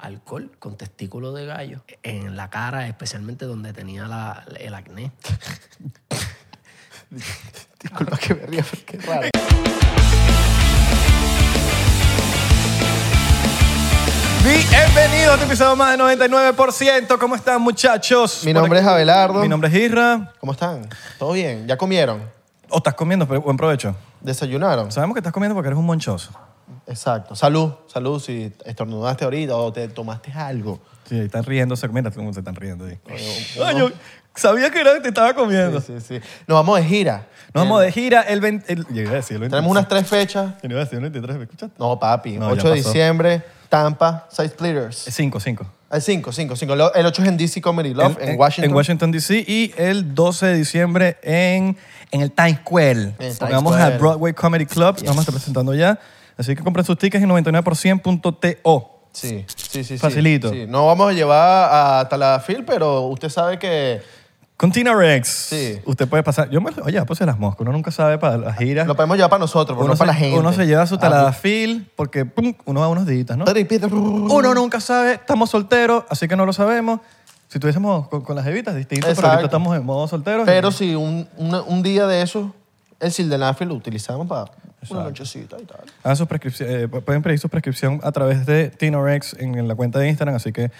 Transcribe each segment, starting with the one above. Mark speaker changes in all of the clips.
Speaker 1: alcohol con testículo de gallo en la cara, especialmente donde tenía la- el acné.
Speaker 2: Disculpa que me ría porque es raro.
Speaker 3: Bienvenidos a otro episodio más de 99%. ¿Cómo están, muchachos?
Speaker 2: Mi
Speaker 3: Por
Speaker 2: nombre es
Speaker 3: aquí-
Speaker 2: Abelardo.
Speaker 3: Mi nombre es Isra.
Speaker 2: ¿Cómo están? ¿Todo bien? ¿Ya comieron?
Speaker 3: ¿O estás comiendo? Pero Buen provecho.
Speaker 2: ¿Desayunaron?
Speaker 3: Sabemos que estás comiendo porque eres un monchoso.
Speaker 2: Exacto. Salud, salud si estornudaste ahorita o te tomaste algo.
Speaker 3: Sí, están riéndose. Mira cómo se están riendo ahí.
Speaker 2: uno-
Speaker 3: Ay, yo sabía que era que te estaba comiendo.
Speaker 2: Sí, sí, sí. Nos vamos de gira.
Speaker 3: Nos vamos de gira el 20... el- yo iba a decir el 23.
Speaker 2: Tenemos unas tres fechas.
Speaker 3: Yo iba a decir el 23, ¿me escuchaste?
Speaker 2: No, papi.
Speaker 3: No, ya
Speaker 2: 8 de
Speaker 3: pasó.
Speaker 2: diciembre, Tampa, Side Splitters.
Speaker 3: 5, 5.
Speaker 2: El 5, 5, 5. El 8 es en DC Comedy Love, en, Washington.
Speaker 3: En Washington, D.C. Y el 12 de diciembre en, en el Times Square.
Speaker 2: En el
Speaker 3: Porque
Speaker 2: Times
Speaker 3: vamos a
Speaker 2: Square.
Speaker 3: Broadway Comedy Club. Nos vamos a estar presentando ya. Así que compren sus tickets en 99%.to.
Speaker 2: Sí, sí, sí. sí.
Speaker 3: Facilito.
Speaker 2: Sí. No vamos a llevar a Taladafil, pero usted sabe que
Speaker 3: Con Tina Rex.
Speaker 2: Sí.
Speaker 3: Usted puede pasar. Yo me, oye, pues las moscas. Uno nunca sabe para las giras.
Speaker 2: lo podemos llevar para nosotros, pero
Speaker 3: uno,
Speaker 2: no
Speaker 3: se,
Speaker 2: para la gente.
Speaker 3: uno se lleva su
Speaker 2: Ah,
Speaker 3: taladafil porque pum, uno va unos días, ¿no?
Speaker 2: piedra y piedra.
Speaker 3: Uno nunca sabe. Estamos solteros, así que no lo sabemos. Si tuviésemos con, con las evitas, distinto. Pero ahorita
Speaker 2: Exacto.
Speaker 3: estamos en modo solteros.
Speaker 2: Pero si un, una- un día de esos, el sildenafil lo utilizamos para una nochecita y tal.
Speaker 3: Hagan sus prescripci- eh, pu- pueden pedir su prescripción a través de Tinorex en, en la cuenta de Instagram, así que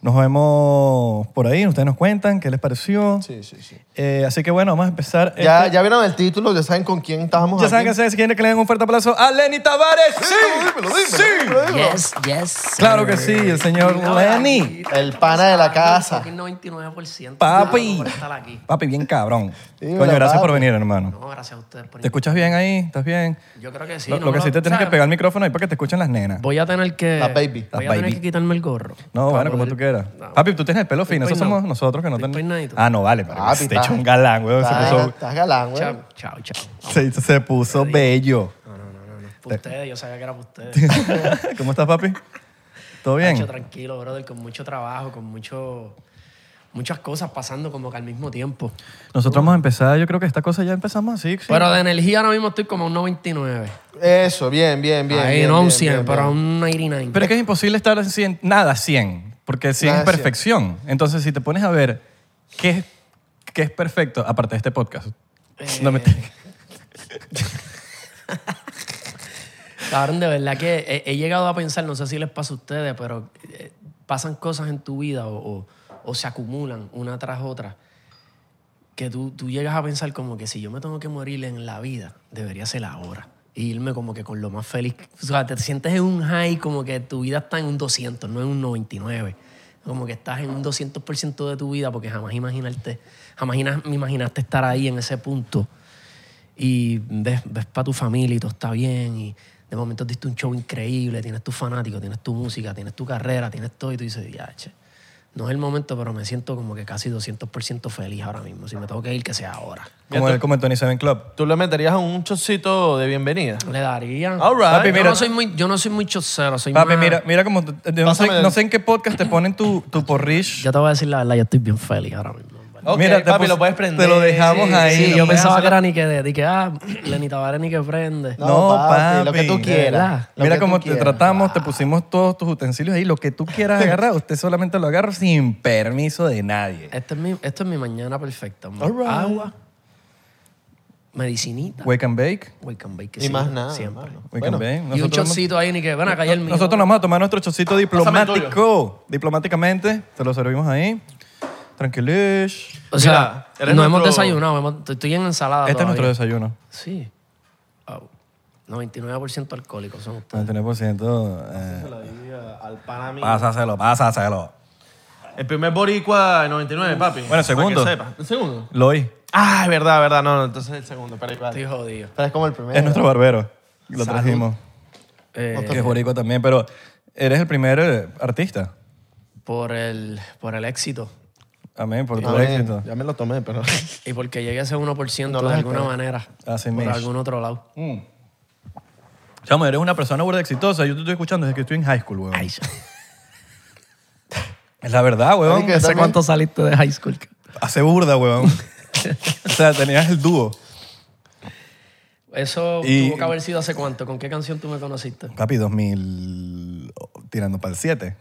Speaker 3: nos vemos por ahí, ustedes nos cuentan qué les pareció.
Speaker 2: Sí, sí, sí.
Speaker 3: Eh, así que bueno, vamos a empezar.
Speaker 2: Ya,
Speaker 3: este-
Speaker 2: ya vieron el título, ya saben con quién estábamos
Speaker 3: ya saben que
Speaker 2: aquí.
Speaker 3: ustedes quieren que le den un fuerte aplauso a Lenny Tavares. Sí,
Speaker 2: dímelo, dímelo,
Speaker 3: sí.
Speaker 2: dímelo, dímelo.
Speaker 1: Yes, yes.
Speaker 3: Claro que sí, el señor Lenny.
Speaker 2: El pana de la casa.
Speaker 1: Fucking 99%.
Speaker 3: Papi.
Speaker 1: Gracias por estar aquí.
Speaker 3: Papi, bien cabrón.
Speaker 2: Dímelo,
Speaker 3: Coño, gracias por
Speaker 2: papi.
Speaker 3: venir, hermano.
Speaker 1: No, gracias a ustedes por
Speaker 3: ¿Te escuchas bien ahí? ¿Estás bien?
Speaker 1: Yo creo que sí.
Speaker 3: lo
Speaker 1: no
Speaker 3: lo que
Speaker 1: me
Speaker 3: sí te tienes que
Speaker 1: ¿sabes?
Speaker 3: pegar el micrófono ahí para que te escuchen las nenas.
Speaker 1: Voy a tener que.
Speaker 2: La baby.
Speaker 1: Voy
Speaker 3: La
Speaker 1: a tener
Speaker 3: baby.
Speaker 1: que quitarme el gorro.
Speaker 3: No,
Speaker 1: Para
Speaker 3: bueno, como
Speaker 1: poder-
Speaker 3: tú quieras.
Speaker 1: No.
Speaker 3: Papi, tú tienes el pelo fino. Esos
Speaker 1: Estoy
Speaker 3: somos
Speaker 1: peinado.
Speaker 3: nosotros que no
Speaker 1: Estoy
Speaker 3: tenemos.
Speaker 1: peinadito.
Speaker 3: Ah, no, vale. Pero
Speaker 2: Papi,
Speaker 3: se
Speaker 2: está-
Speaker 3: echó un galán, weón. Se
Speaker 2: Estás
Speaker 3: puso,
Speaker 2: estás galán, güey.
Speaker 1: Chao, chao, chao.
Speaker 3: se, se puso bello.
Speaker 1: No, no, no, no. no. Pa' ustedes, yo sabía que era para ustedes.
Speaker 3: ¿Cómo estás, papi? ¿Todo bien?
Speaker 1: Nacho, tranquilo, brother, con mucho trabajo, con mucho, muchas cosas pasando como que al mismo tiempo.
Speaker 3: Nosotros hemos empezado, yo creo que esta cosa ya empezamos así. sí.
Speaker 1: Pero de energía ahora mismo estoy como a un 99.
Speaker 2: Eso, bien, bien, bien.
Speaker 1: Ahí
Speaker 2: bien,
Speaker 1: no a un
Speaker 2: bien,
Speaker 1: 100,
Speaker 2: bien,
Speaker 1: pero a
Speaker 2: bien.
Speaker 1: un 99.
Speaker 3: Pero es que es imposible estar en 100, nada 100, porque 100
Speaker 2: Nada
Speaker 3: es
Speaker 2: 100.
Speaker 3: perfección. Entonces, si te pones a ver qué es, qué es perfecto, aparte de este podcast.
Speaker 1: Eh,
Speaker 3: No me
Speaker 1: Cabrón, de verdad que he, he llegado a pensar, no sé si les pasa a ustedes, pero eh, pasan cosas en tu vida o, o- o se acumulan una tras otra que tú, tú llegas a pensar como que si yo me tengo que morir en la vida, debería ser ahora. Y irme como que con lo más feliz. O sea, te sientes en un high como que tu vida está en un 200, no en un 99. Como que estás en un 200% de tu vida porque jamás imaginarte, jamás ina- imaginaste estar ahí en ese punto y ves, ves para tu familia y todo está bien y de momento diste un show increíble, tienes tus fanáticos, tienes tu música, tienes tu carrera, tienes todo y tú dices, ya, che, no es el momento, pero me siento como que casi 200% feliz ahora mismo. Si me tengo que ir, que sea ahora.
Speaker 3: Como el, como el Tony Seven Club.
Speaker 2: ¿Tú le meterías un chocito de bienvenida?
Speaker 1: Le daría.
Speaker 3: All right. Papi,
Speaker 1: yo,
Speaker 3: mira.
Speaker 1: no soy muy, yo no soy muy chocero, soy
Speaker 3: Papi,
Speaker 1: más-
Speaker 3: mira, mira cómo. No sé,
Speaker 2: Pásame el-
Speaker 3: no sé en qué podcast te ponen tu, tu porridge.
Speaker 1: Yo te voy a decir la verdad, yo estoy bien feliz ahora mismo. en verdad.
Speaker 2: Ok,
Speaker 3: Mira, te
Speaker 2: papi,
Speaker 3: pus-
Speaker 2: lo puedes
Speaker 3: te
Speaker 2: prender.
Speaker 3: lo dejamos ahí.
Speaker 1: Sí,
Speaker 3: lo
Speaker 1: yo
Speaker 3: puedes
Speaker 1: pensaba
Speaker 3: hacer-
Speaker 1: que era ni que, de, de que ah, Lenny Tavares ni que prende.
Speaker 2: No,
Speaker 3: No,
Speaker 2: papi, lo que
Speaker 3: papi,
Speaker 2: tú
Speaker 3: de
Speaker 2: quieras.
Speaker 1: verdad.
Speaker 2: lo
Speaker 3: Mira
Speaker 2: que
Speaker 3: cómo
Speaker 2: tú
Speaker 3: te
Speaker 2: quieras.
Speaker 3: tratamos, te pusimos todos tus utensilios ahí. Lo que tú quieras agarrar, usted solamente lo agarra sin permiso de nadie.
Speaker 1: Este es mi, esto es mi mañana perfecta. amor.
Speaker 3: All right.
Speaker 1: Agua, medicinita.
Speaker 3: Wake and bake.
Speaker 1: Wake and bake, que
Speaker 2: Y
Speaker 1: sí,
Speaker 2: más nada.
Speaker 1: Siempre.
Speaker 2: mano.
Speaker 3: Wake
Speaker 2: Bueno,
Speaker 3: and
Speaker 1: y
Speaker 3: bake.
Speaker 1: un
Speaker 3: Nosotros vamos-
Speaker 1: chocito ahí, ni que van a caer el mío.
Speaker 3: Nosotros nos vamos a tomar nuestro chocito
Speaker 2: Pásame el tuyo.
Speaker 3: diplomático. Diplomáticamente, te lo servimos ahí. Tranquilish.
Speaker 1: O sea,
Speaker 2: Mira, eres
Speaker 1: no hemos
Speaker 2: nuestro-
Speaker 1: desayunado, hemos- estoy en
Speaker 2: Ah,
Speaker 1: ensalada.
Speaker 3: Este es nuestro
Speaker 1: todavía.
Speaker 3: desayuno.
Speaker 1: Sí. Au. 99% alcohólicos son ustedes.
Speaker 3: 99%. Eh,
Speaker 2: Al pana mío.
Speaker 3: pásaselo, pásaselo.
Speaker 2: El primer boricua del 99, papi.
Speaker 3: Bueno, segundo.
Speaker 2: Para que sepa. ¿El segundo?
Speaker 3: Loy
Speaker 2: Ah, es verdad, verdad. No, no, entonces el segundo. Pero, igual. Eh,
Speaker 1: Estoy jodido.
Speaker 2: pero es como el primero.
Speaker 3: es nuestro barbero. Lo trajimos.
Speaker 1: Eh,
Speaker 3: Que es boricua también, pero eres el primer eh, artista.
Speaker 2: Oh.
Speaker 1: por, el, por el éxito.
Speaker 3: Amén, por
Speaker 2: Ah,
Speaker 3: tu
Speaker 2: bien,
Speaker 3: éxito.
Speaker 2: Ya me lo tomé, pero...
Speaker 1: Y porque llegue a ese 1%
Speaker 2: No lo
Speaker 1: de alguna
Speaker 2: espero.
Speaker 1: manera.
Speaker 3: Así
Speaker 1: por
Speaker 3: mismo.
Speaker 1: algún otro lado.
Speaker 3: Mm. Chamo, eres una persona burda exitosa. Yo te estoy escuchando desde que estoy en high school, weón.
Speaker 1: Ay, sí.
Speaker 3: Es la verdad, weón.
Speaker 2: Marico, yo
Speaker 1: No sé
Speaker 2: también-
Speaker 1: cuánto saliste de high school.
Speaker 3: Hace burda, weón. o sea, tenías el dúo.
Speaker 1: Eso
Speaker 3: Y-
Speaker 1: tuvo que haber sido hace cuánto. ¿Con qué canción tú me conociste?
Speaker 3: Papi, 2000... Tirando para el 7.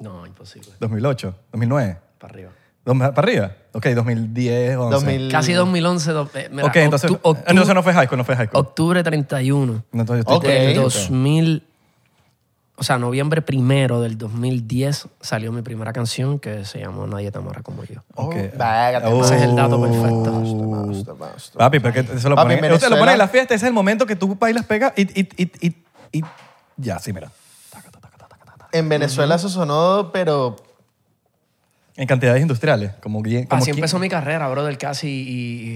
Speaker 1: No, imposible.
Speaker 3: 2008, 2009,
Speaker 1: Para arriba.
Speaker 3: dos- para arriba. Ok, 2010, 11.
Speaker 2: 2000.
Speaker 1: Casi 2011. do- eh, mira,
Speaker 3: ok, entonces,
Speaker 1: octu- octu-
Speaker 3: entonces no fue high school, no fue high school.
Speaker 1: octubre 31
Speaker 3: No, entonces yo estoy-
Speaker 2: Ok.
Speaker 1: del
Speaker 2: ok.
Speaker 1: 2000. O sea, noviembre primero del 2010 salió mi primera canción que se llamó Nadie te amará como yo.
Speaker 3: Ok.
Speaker 2: Vágate,
Speaker 3: Oh.
Speaker 1: Ese es el dato perfecto.
Speaker 2: Basta, basta, basta.
Speaker 3: Papi, pero que se lo
Speaker 2: Papi,
Speaker 3: ponen. Usted lo
Speaker 2: Venezuela-
Speaker 3: pone en la fiesta, ese es el momento que tú bailas, pega y, y, y, y, y- ya, sí, mira.
Speaker 2: En Venezuela eso sonó, pero
Speaker 3: En cantidades industriales, como, guie- como
Speaker 1: Así
Speaker 3: quien-
Speaker 1: empezó mi carrera, brother, casi y,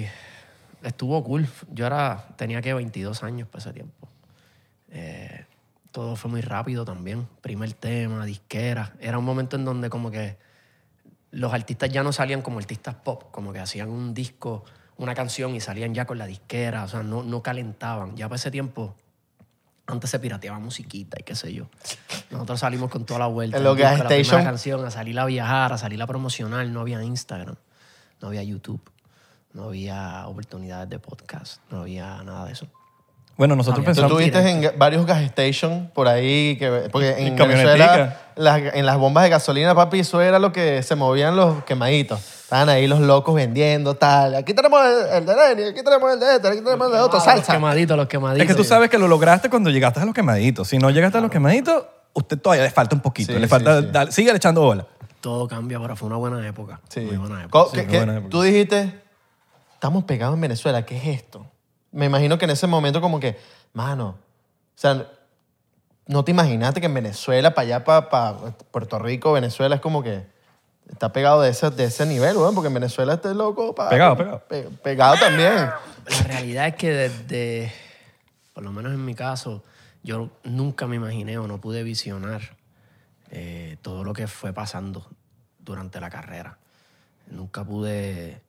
Speaker 1: y estuvo cool. Yo era, tenía que 22 años para ese tiempo. Eh, todo fue muy rápido también. Primer tema, disquera. Era un momento en donde como que los artistas ya no salían como artistas pop, como que hacían un disco, una canción y salían ya con la disquera, o sea, no, no calentaban. Ya para ese tiempo, antes se pirateaba musiquita y qué sé yo. Nosotros salimos con toda la vuelta.
Speaker 2: En los
Speaker 1: el disco,
Speaker 2: gas
Speaker 1: la primera
Speaker 2: station.
Speaker 1: canción, a salir a viajar, a salir a promocionar. No había Instagram, no había YouTube, no había oportunidades de podcast, no había nada de eso.
Speaker 3: Bueno, nosotros
Speaker 1: Ah, bien.
Speaker 2: tú
Speaker 1: Son
Speaker 3: pensamos.
Speaker 2: tuviste en
Speaker 1: directos.
Speaker 2: ga- varios gas station por ahí. Que, porque en
Speaker 3: Y camionetica.
Speaker 2: Venezuela, las- en las bombas de gasolina, papi, eso era lo que se movían los quemaditos. Estaban ahí los locos vendiendo, tal. Aquí tenemos el, el de Lenny, aquí tenemos el de este, aquí tenemos el de otro.
Speaker 1: Ah, Los
Speaker 2: Salsa.
Speaker 1: quemaditos, los quemaditos.
Speaker 3: Es que tú sabes que lo lograste cuando llegaste a los quemaditos. Si no llegaste a los quemaditos, usted todavía le falta un poquito.
Speaker 2: Sí,
Speaker 3: le falta.
Speaker 2: sí, sí.
Speaker 3: dale- sigue echando bola.
Speaker 1: Todo cambia, pero fue una buena época.
Speaker 2: Sí.
Speaker 1: Muy buena época.
Speaker 2: Co-
Speaker 3: Sí,
Speaker 2: que-
Speaker 3: muy
Speaker 2: que
Speaker 3: buena época.
Speaker 2: tú dijiste, estamos pegados en Venezuela, ¿qué es esto? Me imagino que en ese momento como que, mano, o sea, no te imaginaste que en Venezuela, para allá, para, Puerto Rico, Venezuela, es como que está pegado de ese, de ese nivel, weón, porque en Venezuela este loco... pa-
Speaker 3: Pegado, pegado.
Speaker 2: pe- pegado también.
Speaker 1: La realidad es que desde, por lo menos en mi caso, yo nunca me imaginé o no pude visionar eh, todo lo que fue pasando durante la carrera. Nunca pude...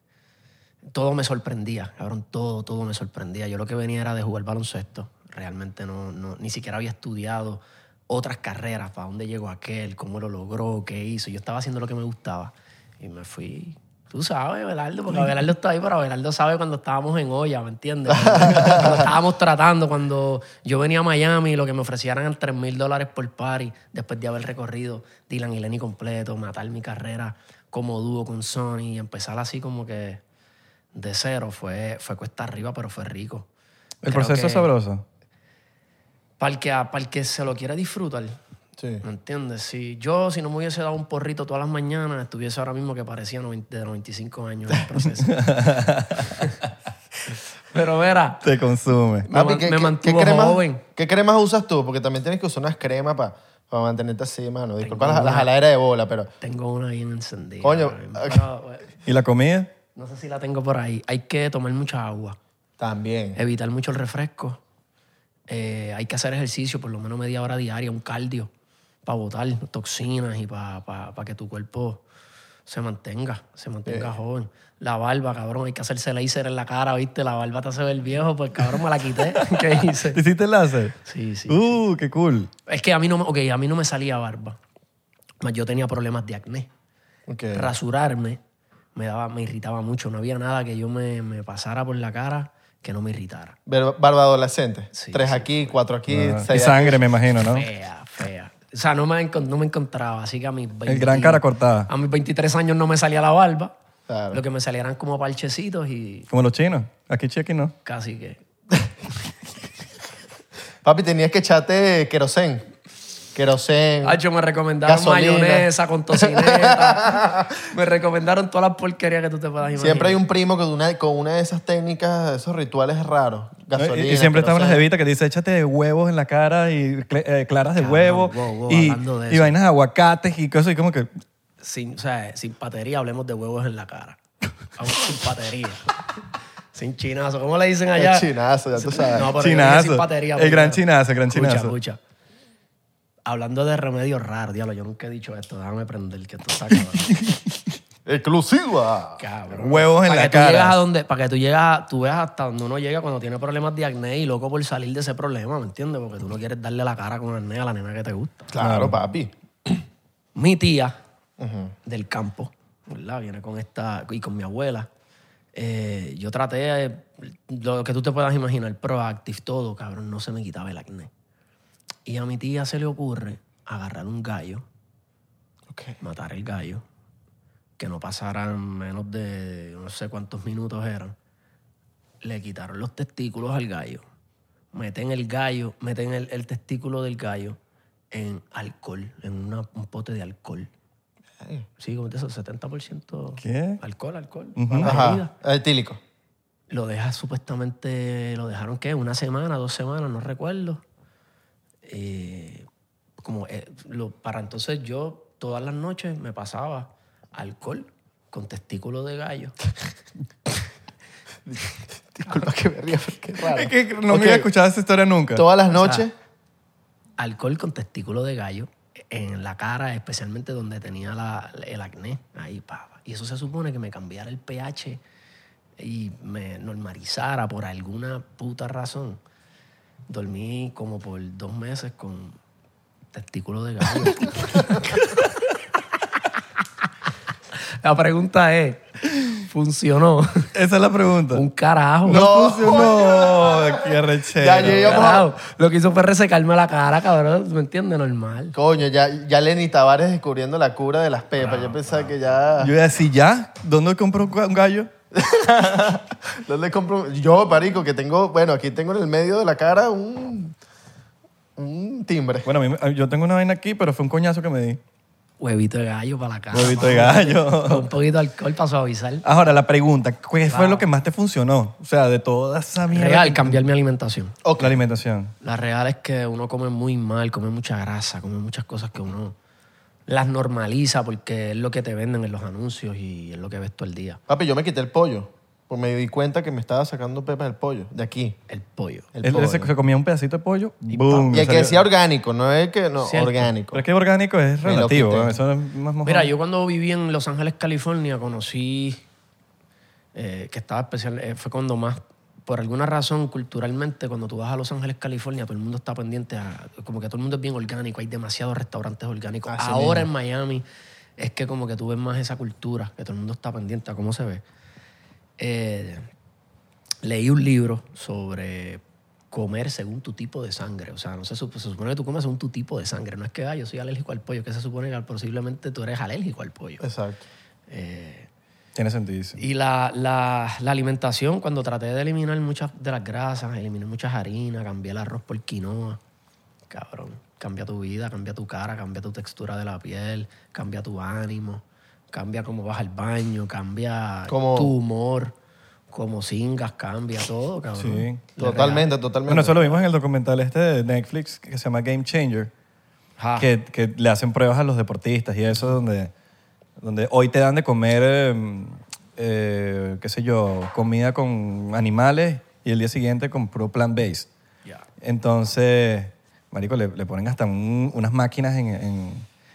Speaker 1: Todo me sorprendía, cabrón, todo, todo me sorprendía. Yo lo que venía era de jugar baloncesto. Realmente no, no- ni siquiera había estudiado otras carreras, para dónde llegó aquel, cómo lo logró, qué hizo. Yo estaba haciendo lo que me gustaba y me fui. Tú sabes, Belardo, porque Belardo está ahí, pero Belardo sabe cuando estábamos en olla, ¿me entiendes? Cuando, cuando estábamos tratando, cuando yo venía a Miami, lo que me ofrecieran eran 3 mil dólares por party, después de haber recorrido Dylan y Lenny completo, matar mi carrera como dúo con Sony y empezar así como que de cero fue, fue cuesta arriba, pero fue rico. Creo
Speaker 3: El proceso
Speaker 1: que
Speaker 3: es sabroso.
Speaker 1: Para el, que, para el que se lo quiera disfrutar,
Speaker 2: Sí.
Speaker 1: ¿me entiendes? Si yo, si no me hubiese dado un porrito todas las mañanas, estuviese ahora mismo que parecía noven- de 95 años en el proceso. pero verá,
Speaker 3: Te consume.
Speaker 1: me, man- me mantuvo
Speaker 2: cremas,
Speaker 1: joven.
Speaker 2: ¿Qué cremas usas tú? Porque también tienes que usar unas cremas para mantenerte así, mano. Disculpa
Speaker 1: Tengo
Speaker 2: la, la
Speaker 1: una-
Speaker 2: jaladera de bola, pero...
Speaker 1: Tengo una bien encendida.
Speaker 2: Coño,
Speaker 1: ahora mismo, pero, bueno,
Speaker 3: ¿Y la comida?
Speaker 1: no sé si la tengo por ahí. Hay que tomar mucha agua.
Speaker 2: También.
Speaker 1: evitar mucho el refresco. Eh, hay que hacer ejercicio, por lo menos media hora diaria, un cardio, para botar toxinas y para que tu cuerpo se mantenga, se mantenga joven. La barba, cabrón, hay que hacerse laser en la cara, ¿viste? La barba te hace ver viejo, pues cabrón, me la quité. ¿Qué hice?
Speaker 3: ¿Te hiciste el láser?
Speaker 1: Sí, sí.
Speaker 3: Uh, qué cool.
Speaker 1: Es que a mí no, me- ok, a mí no me salía barba. Más yo tenía problemas de acné
Speaker 2: Ok.
Speaker 1: rasurarme me daba, me irritaba mucho. No había nada que yo me, me pasara por la cara que no me irritara.
Speaker 2: Ver- Barba adolescente.
Speaker 1: Sí,
Speaker 2: Tres
Speaker 1: sí.
Speaker 2: aquí, cuatro aquí,
Speaker 3: Ah, Y
Speaker 2: seis aquí.
Speaker 3: sangre, me imagino, ¿no?
Speaker 1: Fea, fea. O sea, no me, encon- no me encontraba, así que a mis 20
Speaker 3: El gran cara cortada.
Speaker 1: A mis 23 años no me salía la barba.
Speaker 2: Claro.
Speaker 1: Lo que me salían eran como parchecitos y
Speaker 3: Como los chinos. Aquí, chequen, ¿no?
Speaker 1: casi que...
Speaker 2: Papi, tenías que echarte querosén. Querosén.
Speaker 3: Mm.
Speaker 1: Ah, yo me recomendaron
Speaker 2: Gasolina.
Speaker 1: mayonesa con tocineta. me recomendaron todas las porquerías que tú te puedas imaginar.
Speaker 2: Siempre hay un primo que de una- con una de esas técnicas, esos rituales raros. Gasolina.
Speaker 3: y, y siempre estaban las
Speaker 2: querosén.
Speaker 3: evitas que te dice échate huevos en la cara y cle- eh, claras de
Speaker 1: Cabrón,
Speaker 3: huevo
Speaker 1: wow, wow,
Speaker 3: y,
Speaker 1: hablando de
Speaker 3: y
Speaker 1: eso.
Speaker 3: vainas de aguacates y cosas y como que
Speaker 1: sin, o sea, sin patería, hablemos de huevos en la cara. Vamos sin patería. sin chinazo. ¿Cómo le dicen allá?
Speaker 2: El chinazo, ya tú sabes.
Speaker 1: No, pero yo dije
Speaker 3: chinazo.
Speaker 1: sin patería.
Speaker 3: el
Speaker 1: primero.
Speaker 3: gran chinazo, el gran chinazo.
Speaker 1: Escucha, escucha. Hablando de remedios raros, diablo, yo nunca he dicho esto. Déjame prender que esto está cabrón.
Speaker 2: Exclusiva.
Speaker 1: Cabrón.
Speaker 3: Huevos en
Speaker 1: Para que
Speaker 3: la
Speaker 1: tú
Speaker 3: cara.
Speaker 1: llegas a donde- para que tú llegas, tú veas hasta donde uno llega cuando tiene problemas de acné y loco por salir de ese problema, ¿me entiendes? Porque tú no quieres darle la cara con acné a la nena que te gusta.
Speaker 2: Claro, papi.
Speaker 1: mi tía del campo, ¿verdad? Viene con esta y con mi abuela. Eh, yo traté eh, lo que tú te puedas imaginar, proactive, todo, cabrón, no se me quitaba el acné. Y a mi tía se le ocurre agarrar un gallo,
Speaker 2: Ok.
Speaker 1: matar el gallo, que no pasaran menos de no sé cuántos minutos eran, le quitaron los testículos al gallo. Meten el gallo, meten el, el testículo del gallo en alcohol, en una- un pote de alcohol. Sí, como te digo, 70%
Speaker 3: ¿Qué?
Speaker 1: alcohol, alcohol.
Speaker 3: Ujú.
Speaker 1: para la bebida.
Speaker 2: Ajá, Ah, etílico.
Speaker 1: Lo deja supuestamente, lo dejaron qué, una semana, dos semanas, no recuerdo. Eh, como eh, lo- para entonces yo todas las noches me pasaba alcohol con testículo de gallo.
Speaker 2: Disculpa que me ría, porque es raro.
Speaker 3: Es que no
Speaker 2: Ok,
Speaker 3: me había escuchado esa historia nunca.
Speaker 2: Todas las noches.
Speaker 1: Alcohol con testículo de gallo en la cara, especialmente donde tenía la- el acné. Ahí, pa, pa. Y eso se supone que me cambiara el pH y me normalizara por alguna puta razón. Dormí como por dos meses con testículo de gallo. la pregunta es, ¿funcionó?
Speaker 3: Esa es la pregunta.
Speaker 1: Un carajo.
Speaker 3: No funcionó. Qué arrechera.
Speaker 2: Ya llegamos a-
Speaker 1: Carajo. Lo que hizo fue resecarme la cara, cabrón. ¿Me entiendes? Normal.
Speaker 2: Coño, ya, ya Lenny Tavares descubriendo la cura de las pepas.
Speaker 3: Ah,
Speaker 2: Yo pensaba que ya.
Speaker 3: Yo iba a decir, ¿ya? ¿Dónde compro un ga- un gallo?
Speaker 2: ¿Dónde compro? un- Yo, parico, que tengo. Bueno, aquí tengo en el medio de la cara un. Un timbre.
Speaker 3: Bueno, a mí me- yo tengo una vaina aquí, pero fue un coñazo que me di.
Speaker 1: Huevito de gallo para la cara.
Speaker 3: Huevito
Speaker 1: pa.
Speaker 3: de gallo.
Speaker 1: Con un poquito de alcohol para suavizar.
Speaker 3: Ahora, la pregunta, ¿qué fue lo que más te funcionó? O sea, de toda esa mierda.
Speaker 1: Real,
Speaker 3: que-
Speaker 1: cambiar mi alimentación.
Speaker 2: Ok.
Speaker 3: La alimentación.
Speaker 1: La real es que uno come muy mal, come mucha grasa, come muchas cosas que uno las normaliza porque es lo que te venden en los anuncios y es lo que ves todo el día.
Speaker 2: Papi, yo me quité el pollo. Pues me di cuenta que me estaba sacando pepas del pollo. De aquí.
Speaker 1: El pollo.
Speaker 2: El
Speaker 3: Él- él
Speaker 2: pollo.
Speaker 3: se, se comía un pedacito de pollo, boom.
Speaker 2: Y el
Speaker 3: salió.
Speaker 2: que decía orgánico, no es que. No,
Speaker 1: Cierto.
Speaker 2: orgánico.
Speaker 3: Pero es que orgánico es
Speaker 2: Me lo
Speaker 3: relativo.
Speaker 2: quité.
Speaker 3: ¿eh? Eso es más mojón.
Speaker 1: Mira, yo cuando viví en Los Ángeles, California, conocí eh, que estaba especial. eh, fue cuando más, por alguna razón, culturalmente, cuando tú vas a Los Ángeles, California, todo el mundo está pendiente a. Como que todo el mundo es bien orgánico, hay demasiados restaurantes orgánicos.
Speaker 2: Así
Speaker 1: Ahora en Miami es que como que tú ves más esa cultura, que todo el mundo está pendiente a cómo se ve. Eh, leí un libro sobre comer según tu tipo de sangre. O sea, no se, sup- se supone que tú comes según tu tipo de sangre. No es que, ah, yo soy alérgico al pollo, que se supone que posiblemente tú eres alérgico al pollo.
Speaker 2: Exacto.
Speaker 3: Tiene sentido. sí.
Speaker 1: Y la, la- la alimentación, cuando traté de eliminar muchas de las grasas, eliminé muchas harinas, cambié el arroz por quinoa. Cabrón, cambia tu vida, cambia tu cara, cambia tu textura de la piel, cambia tu ánimo, cambia cómo vas al baño, cambia
Speaker 2: Como-
Speaker 1: tu humor, como singas, cambia todo, cabrón.
Speaker 3: Sí.
Speaker 2: Totalmente, totalmente.
Speaker 3: Bueno, eso lo vimos en el documental este de Netflix que se llama Game Changer,
Speaker 1: Ja.
Speaker 3: que, que le hacen pruebas a los deportistas y eso, donde, donde hoy te dan de comer, eh, eh, qué sé yo, comida con animales y el día siguiente con puro plant-based.
Speaker 1: Ya.
Speaker 3: Entonces, marico, le, le ponen hasta un- unas máquinas en, en-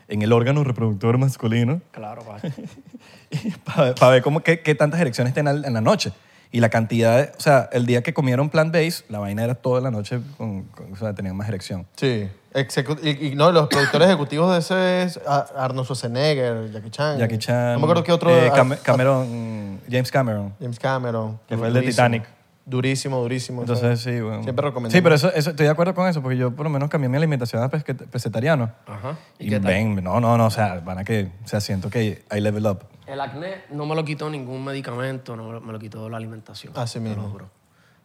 Speaker 3: en el órgano reproductor masculino
Speaker 1: Claro, pa.
Speaker 3: para ver cómo, qué, qué tantas erecciones tienen al- en la noche. Y la cantidad, de- o sea, el día que comieron plant-based, la vaina era toda la noche, con, con- o sea, tenían más erección.
Speaker 2: Sí. Execu- y, y no, los productores ejecutivos de ese es a- Arnold Schwarzenegger, Jackie Chan.
Speaker 3: Jackie Chan.
Speaker 2: No me acuerdo qué otro.
Speaker 3: eh, Cam-
Speaker 2: ar-
Speaker 3: Cameron, James Cameron.
Speaker 2: James Cameron.
Speaker 3: Que fue el de
Speaker 2: Durísimo.
Speaker 3: Titanic.
Speaker 2: Durísimo, durísimo.
Speaker 3: Entonces, sí, bueno.
Speaker 2: Siempre recomendamos.
Speaker 3: Sí, pero eso, eso- estoy de acuerdo con eso, porque yo por lo menos cambié mi alimentación a pesque- pescetariano.
Speaker 1: Ajá. ¿Y
Speaker 3: Y,
Speaker 1: qué tal?
Speaker 3: ven, no, no, no, o sea, van a que, o sea, siento que I level up.
Speaker 1: El acné no me lo quitó ningún medicamento, no me lo- me lo quitó la alimentación.
Speaker 2: Así
Speaker 1: te
Speaker 2: mismo.
Speaker 1: lo juro.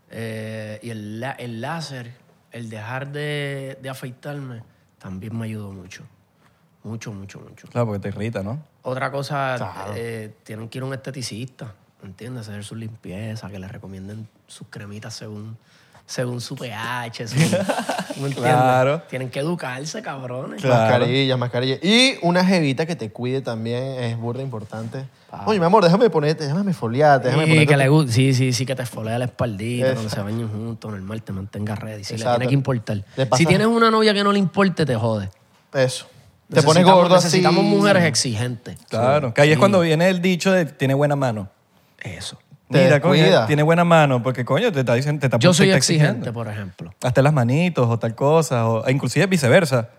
Speaker 1: Eh, y el, la- el láser, el dejar de, de afeitarme, también me ayudó mucho. Mucho, mucho, mucho.
Speaker 3: Claro, porque te irrita, ¿no?
Speaker 1: Otra cosa, eh, tienen que ir a un esteticista, ¿entiendes? Hacer sus limpiezas, que les recomienden sus cremitas según, según su pH. según- ¿me entiendes?
Speaker 3: Claro.
Speaker 1: Tienen que educarse, cabrones.
Speaker 3: Claro.
Speaker 2: Mascarillas, mascarillas. Y una jevita que te cuide también es burda importante. Oye, mi amor, déjame ponerte, déjame foliarte, déjame
Speaker 1: Sí,
Speaker 2: ponerte.
Speaker 1: que le guste, sí, sí, sí, que te folea la espaldita, cuando se bañen juntos, normal, te mantenga ready. Si le
Speaker 2: Exacto.
Speaker 1: tiene que importar.
Speaker 2: Le pasa-
Speaker 1: Si tienes una novia que no le importe, te jode.
Speaker 2: Eso. Te
Speaker 1: Necesitamos-
Speaker 2: pones gordo así.
Speaker 1: Necesitamos mujeres exigentes.
Speaker 3: Claro. Que ahí es cuando viene el dicho de tiene buena mano.
Speaker 1: Eso.
Speaker 2: Te
Speaker 3: Mira, coño,
Speaker 2: descuida.
Speaker 3: tiene buena mano, porque coño, te está diciendo, te está
Speaker 1: Yo
Speaker 3: te
Speaker 1: soy
Speaker 3: está
Speaker 1: exigente,
Speaker 3: exigiendo.
Speaker 1: por ejemplo.
Speaker 3: Hasta las manitos o tal cosa, o e inclusive viceversa.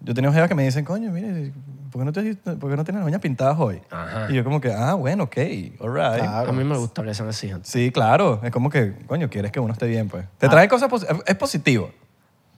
Speaker 3: Yo tenía jevas que me dicen, coño, mire, ¿por qué no, te, por qué no tienes las uñas pintadas hoy?
Speaker 1: Ajá.
Speaker 3: Y yo como que, ah, bueno, ok, all right.
Speaker 2: Claro.
Speaker 1: A mí me gusta que sean exigentes.
Speaker 2: Ah.
Speaker 3: Sí, claro. Es como que, coño, quieres que uno esté bien, pues. Te trae cosas, posi- es positivo.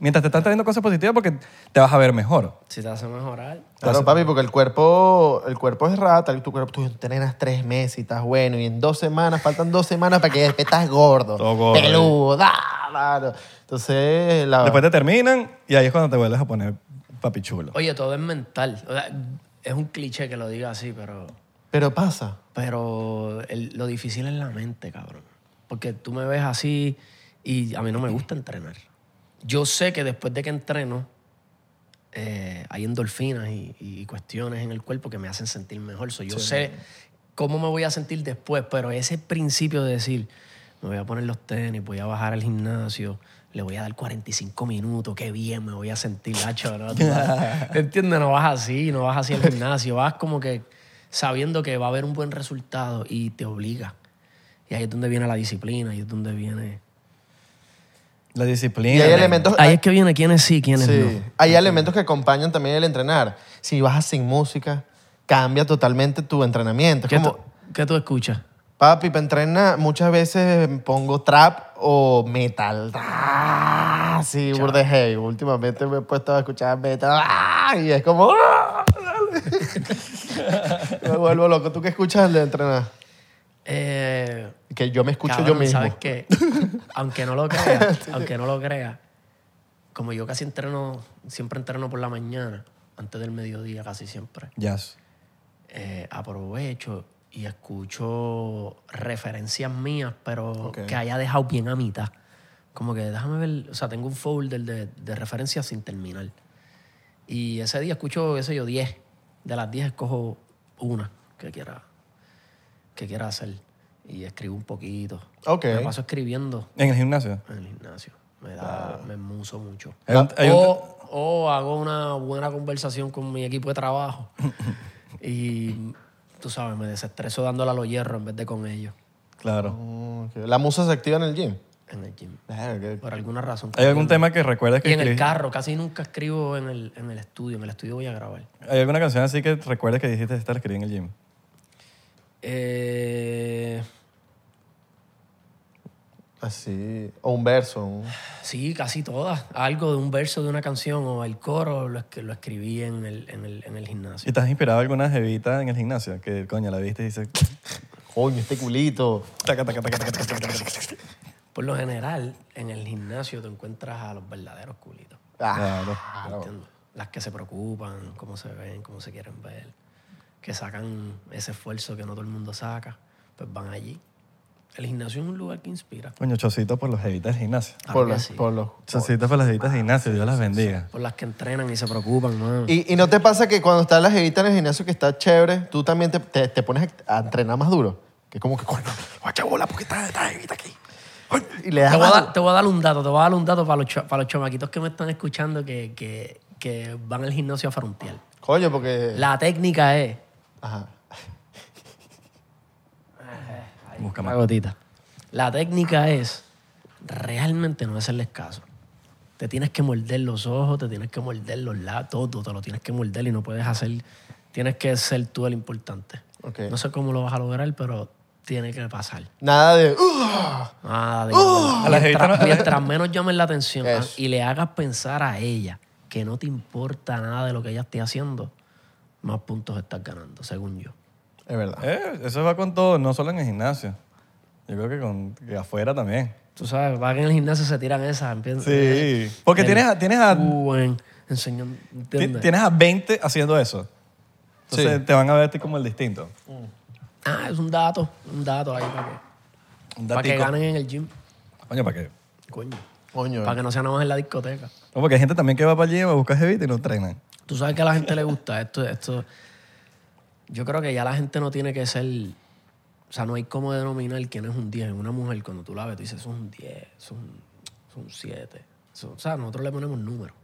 Speaker 3: Mientras te están trayendo cosas positivas porque te vas a ver mejor.
Speaker 1: Si te hace mejorar.
Speaker 2: Claro, papi, porque el cuerpo, el cuerpo es rata. y Tu cuerpo, tú entrenas tres meses y estás bueno. Y en dos semanas, faltan dos semanas para que después estás gordo.
Speaker 3: Todo gordo, eh.
Speaker 2: Peludo. ah, claro. Entonces, la...
Speaker 3: Después te terminan y ahí es cuando te vuelves a poner papi chulo.
Speaker 1: Oye, todo es mental. O sea, es un cliché que lo diga así, pero.
Speaker 2: pero pasa.
Speaker 1: Pero el- lo difícil es la mente, cabrón. Porque tú me ves así y a mí no me gusta entrenar. Yo sé que después de que entreno, eh, hay endorfinas y, y cuestiones en el cuerpo que me hacen sentir mejor. So, yo sé cómo me voy a sentir después, pero ese principio de decir, me voy a poner los tenis, voy a bajar al gimnasio, le voy a dar 45 minutos, qué bien me voy a sentir, hacho. ¿no? Tú vas- ¿Te entiendes? No vas así, no vas así al gimnasio, vas como que sabiendo que va a haber un buen resultado y te obliga. Y ahí es donde viene la disciplina, ahí es donde viene...
Speaker 3: La
Speaker 2: Y
Speaker 3: disciplina.
Speaker 2: hay
Speaker 3: la-
Speaker 2: elementos...
Speaker 1: Ahí es que viene quiénes sí, quiénes
Speaker 2: Sí.
Speaker 1: no.
Speaker 2: Hay elementos que acompañan también el entrenar. Si vas sin música, cambia totalmente tu entrenamiento. Es
Speaker 1: ¿Qué,
Speaker 2: como,
Speaker 1: tú- qué tú escuchas?
Speaker 2: papi, para entrenar muchas veces pongo trap o metal. Ah, sí, burda de heavy. Últimamente me he puesto a escuchar metal ah, y es como... ah, dale. me vuelvo loco. ¿Tú qué escuchas al entrenar?
Speaker 1: Eh,
Speaker 2: Que yo me escucho
Speaker 1: Cabrón,
Speaker 2: yo mismo.
Speaker 1: ¿Sabes qué? aunque no lo crea, aunque no lo crea, como yo casi entreno, siempre entreno por la mañana, antes del mediodía casi siempre,
Speaker 3: Jazz.
Speaker 1: eh, aprovecho y escucho referencias mías, pero
Speaker 2: Ok.
Speaker 1: que haya dejado bien a mitad. Como que déjame ver, o sea, tengo un folder de, de referencias sin terminar. Y ese día escucho, qué sé yo, 10. De las 10 escojo una que quiera, que quiera hacer. Y escribo un poquito.
Speaker 2: Ok.
Speaker 1: Me paso escribiendo
Speaker 3: En el gimnasio.
Speaker 1: en el gimnasio. Me da, me muso mucho.
Speaker 2: Ah,
Speaker 3: Hay un- hay un-
Speaker 2: oh.
Speaker 1: o, o hago una buena conversación con mi equipo de trabajo. y tú sabes, me desestreso dándole a los hierros en vez de con ellos
Speaker 3: Claro.
Speaker 2: Mm, ok. La musa se activa en el gym.
Speaker 1: en el gym.
Speaker 2: Claro, qué-
Speaker 1: Por alguna razón.
Speaker 3: ¿Hay algún tema que recuerdas que
Speaker 1: Oh. Y en el
Speaker 3: escribiste?
Speaker 1: carro, casi nunca escribo en el, en el estudio. En el estudio voy a grabar.
Speaker 3: ¿Hay alguna canción así que recuerdes que dijiste esta la escribí en el gym?
Speaker 1: Eh,
Speaker 2: Así. O un verso. un-
Speaker 1: sí, casi todas. Algo de un verso de una canción o el coro lo, es- lo escribí en el, en el, en el
Speaker 3: ¿Y
Speaker 1: gimnasio.
Speaker 3: te has inspirado alguna jevita en el gimnasio? Que coño, la viste y dices.
Speaker 2: Coño, este culito.
Speaker 3: taca, taca, taca, taca, taca, taca, taca, taca.
Speaker 1: Por lo general, en el gimnasio te encuentras a los verdaderos culitos.
Speaker 2: Ah,
Speaker 3: Claro.
Speaker 1: ¿entiendes? Las que se preocupan, cómo se ven, cómo se quieren ver, que sacan ese esfuerzo que no todo el mundo saca, pues van allí. El gimnasio es un lugar que inspira.
Speaker 3: Coño, chocito por los jevitas del gimnasio.
Speaker 1: Claro
Speaker 2: por
Speaker 1: que
Speaker 2: los,
Speaker 1: sí.
Speaker 2: por los-
Speaker 3: Chocito por las jevitas del gimnasio, Dios las bendiga.
Speaker 1: Por las que entrenan y se preocupan, mano.
Speaker 2: Y, y no te pasa que cuando está la jevita en el gimnasio que está chévere, tú también te, te- te pones a entrenar más duro. Que es como que, coño, guacha bola porque está está la jevita aquí. Coño, Y le das
Speaker 1: Te voy, a
Speaker 2: más
Speaker 1: dar, te voy a dar un dato, te voy a dar un dato para los, cho- para los chamaquitos que me están escuchando que, que- que van al gimnasio a frontear.
Speaker 2: duro. Coño, porque...
Speaker 1: La técnica es...
Speaker 2: Ajá.
Speaker 3: Busca
Speaker 1: Una
Speaker 3: más.
Speaker 1: gotita. La técnica es realmente no hacerles caso. Te tienes que morder los ojos, te tienes que morder los labios, todo te lo tienes que morder y no puedes hacer. Tienes que ser tú el importante.
Speaker 2: Ok.
Speaker 1: No sé cómo lo vas a lograr, pero tiene que pasar.
Speaker 2: Nada de... "Ugh".
Speaker 1: Nada de
Speaker 3: ¡Oh! A la jevita no- a
Speaker 1: mientras,
Speaker 3: la-
Speaker 1: mientras menos llamen la atención ah,
Speaker 2: Eso.
Speaker 1: y le hagas pensar a ella que no te importa nada de lo que ella esté haciendo, más puntos estás ganando, según yo.
Speaker 2: es verdad.
Speaker 3: Eh, eso va con todo, no solo en el gimnasio. Yo creo que, con, que afuera también.
Speaker 1: Tú sabes, van en el gimnasio, se tiran esas, empiezan. eh,
Speaker 3: Sí. Porque
Speaker 1: El-
Speaker 3: tienes a, tienes, a,
Speaker 1: Cuben, enseñan-
Speaker 3: ti-
Speaker 1: ¿entiendes?
Speaker 3: tienes a 20 haciendo eso. Entonces
Speaker 2: Sí.
Speaker 3: te van a ver a ti como el distinto.
Speaker 1: Ah, es un dato, un dato ahí para que,
Speaker 3: Un
Speaker 1: para que
Speaker 3: datico.
Speaker 1: ganen en el gym.
Speaker 3: Coño, ¿para qué?
Speaker 1: Coño.
Speaker 2: Coño.
Speaker 1: Para que no sean nada más en la discoteca.
Speaker 3: No, porque hay gente también que va para allí a buscar jevita y no entrenan.
Speaker 1: Tú sabes que a la gente le gusta esto, esto. Yo creo que ya la gente no tiene que ser. O sea, no hay cómo denominar quién es un 10. Una mujer, cuando tú la ves, tú dices, eso es un 10, eso es un, eso es un 7. Eso- o sea, nosotros le ponemos números.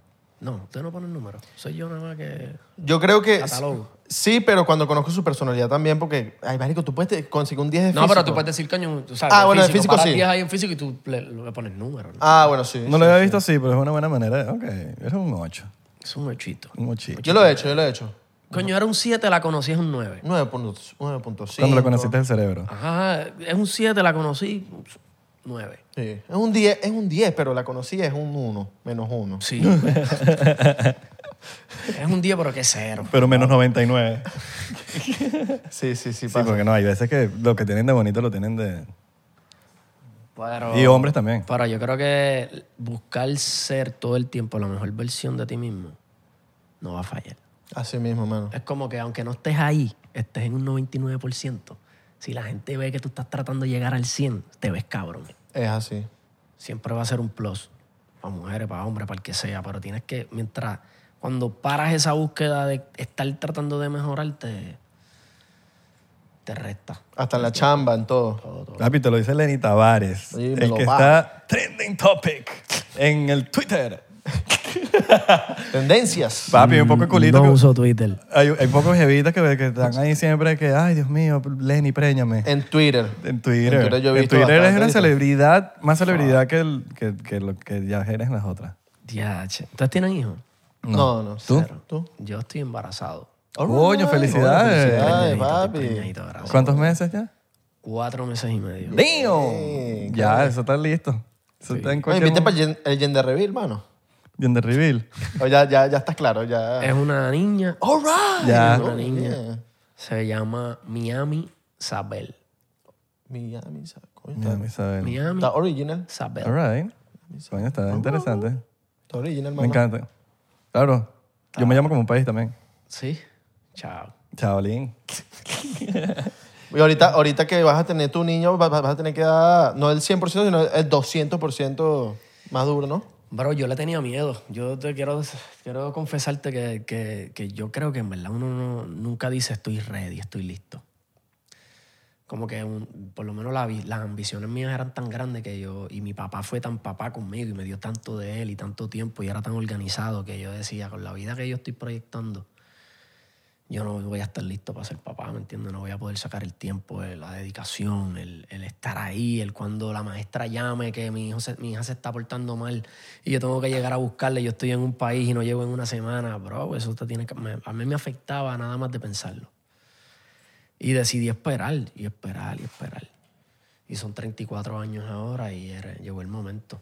Speaker 1: No, ustedes no ponen números. Soy yo nada más que.
Speaker 2: Yo creo que...
Speaker 1: Catálogo.
Speaker 2: Sí, pero cuando conozco su personalidad también, porque, ay, marico, tú puedes te- conseguir un 10 de
Speaker 1: No, pero tú
Speaker 2: físico.
Speaker 1: puedes decir, coño, tú sabes.
Speaker 2: Ah, bueno, el físico
Speaker 1: paras
Speaker 2: sí.
Speaker 1: 10 ahí en físico y tú le, le pones números. ¿no?
Speaker 2: Ah, bueno, sí.
Speaker 3: No
Speaker 2: sí,
Speaker 3: lo había
Speaker 2: sí.
Speaker 3: visto así, pero es una buena manera. de- Ok, eres un 8.
Speaker 1: Es un ochito.
Speaker 3: Un 8.
Speaker 2: Yo lo he hecho, yo lo he hecho.
Speaker 1: Coño, era un 7, la conocí, es un 9.
Speaker 2: 9.5.
Speaker 3: Cuando lo conociste el cerebro.
Speaker 1: Ajá, es un 7, la conocí, 9.
Speaker 2: Sí. Es un 10, es un 10, pero la conocí es un 1, menos 1.
Speaker 1: Sí. es un 10, pero que cero.
Speaker 3: Pero menos 99.
Speaker 2: Sí, sí, sí,
Speaker 3: Sí,
Speaker 2: pasa.
Speaker 3: porque no, hay veces que lo que tienen de bonito lo tienen de...
Speaker 1: Pero-
Speaker 3: Y hombres también.
Speaker 1: Pero yo creo que buscar ser todo el tiempo la mejor versión de ti mismo no va a fallar.
Speaker 2: Así mismo, mano.
Speaker 1: Es como que aunque no estés ahí, estés en un 99%. Si la gente ve que tú estás tratando de llegar al 100, te ves cabrón.
Speaker 2: Es así.
Speaker 1: Siempre va a ser un plus. Para mujeres, para hombres, para el que sea. Pero tienes que, mientras, cuando paras esa búsqueda de estar tratando de mejorar, te, te resta.
Speaker 2: Hasta en la chamba, en todo.
Speaker 1: Todo, todo.
Speaker 3: Papi, te lo dice Lenny Tavares.
Speaker 2: Sí, me
Speaker 3: el
Speaker 2: lo
Speaker 3: que
Speaker 2: va.
Speaker 3: está trending topic en el Twitter.
Speaker 2: Tendencias.
Speaker 3: Papi, un
Speaker 2: Mm,
Speaker 3: poco de culito.
Speaker 1: No
Speaker 3: que-
Speaker 1: uso Twitter.
Speaker 3: hay, hay pocos jevitas que, que están ahí siempre que, ay, Dios mío, Lenny, préñame.
Speaker 2: En Twitter.
Speaker 3: En Twitter.
Speaker 2: Eh, En Twitter yo he visto
Speaker 3: eres
Speaker 2: bastante
Speaker 3: una
Speaker 2: eso.
Speaker 3: celebridad, más celebridad que, el- que, que lo que ya eres en las otras.
Speaker 1: Ya, che. ¿Ustedes tienen hijos?
Speaker 2: No, no.
Speaker 3: ¿Tú?
Speaker 1: Cero. Yo estoy embarazado.
Speaker 3: Coño, felicidades.
Speaker 2: Felicidades,
Speaker 1: Preñadito, estoy
Speaker 2: papi.
Speaker 1: preñadito, gracias.
Speaker 3: ¿Cuántos meses ya?
Speaker 1: Cuatro meses y medio.
Speaker 3: ¡Damn! Ya, eso está listo. Eso está en
Speaker 2: Me
Speaker 3: cualquier
Speaker 2: invité para
Speaker 3: momento.
Speaker 2: el gen- el Gender Reveal, mano.
Speaker 3: Gender Reveal.
Speaker 2: O ya, ya, ya estás claro, ya.
Speaker 1: Es una niña.
Speaker 2: All right.
Speaker 3: Ya.
Speaker 1: Es una niña.
Speaker 2: Oh, yeah.
Speaker 1: Se llama Miami Sabel.
Speaker 2: Miami, ¿sabes? Coño,
Speaker 3: Ya,
Speaker 2: está-
Speaker 3: mi Isabel.
Speaker 1: Miami
Speaker 2: Está original.
Speaker 1: Sabel.
Speaker 3: All right. Coño, está interesante.
Speaker 2: Está original,
Speaker 3: Me
Speaker 2: mano.
Speaker 3: encanta. Claro. Yo
Speaker 1: Ah.
Speaker 3: me llamo como un país también.
Speaker 1: Sí. Chao.
Speaker 3: Chaolín.
Speaker 2: Y ahorita, ahorita que vas a tener tu niño, va- va- vas a tener que dar, no el 100%, sino el 200% más duro, ¿no?
Speaker 1: Bro, yo le tenía miedo. Yo te quiero, quiero confesarte que, que- que yo creo que en verdad uno no- nunca dice estoy ready, estoy listo. Como que un- por lo menos la vi- las ambiciones mías eran tan grandes que yo, y mi papá fue tan papá conmigo y me dio tanto de él y tanto tiempo y era tan organizado que yo decía, con la vida que yo estoy proyectando, yo no voy a estar listo para ser papá, ¿me entiendes? No voy a poder sacar el tiempo, eh, la dedicación, el, el estar ahí, el cuando la maestra llame que mi, hijo se- mi hija se está portando mal y yo tengo que llegar a buscarle, yo estoy en un país y no llego en una semana, bro, eso te tiene que- me- a mí me afectaba nada más de pensarlo. Y decidí esperar, y esperar, y esperar. Y son 34 años ahora y era- llegó el momento.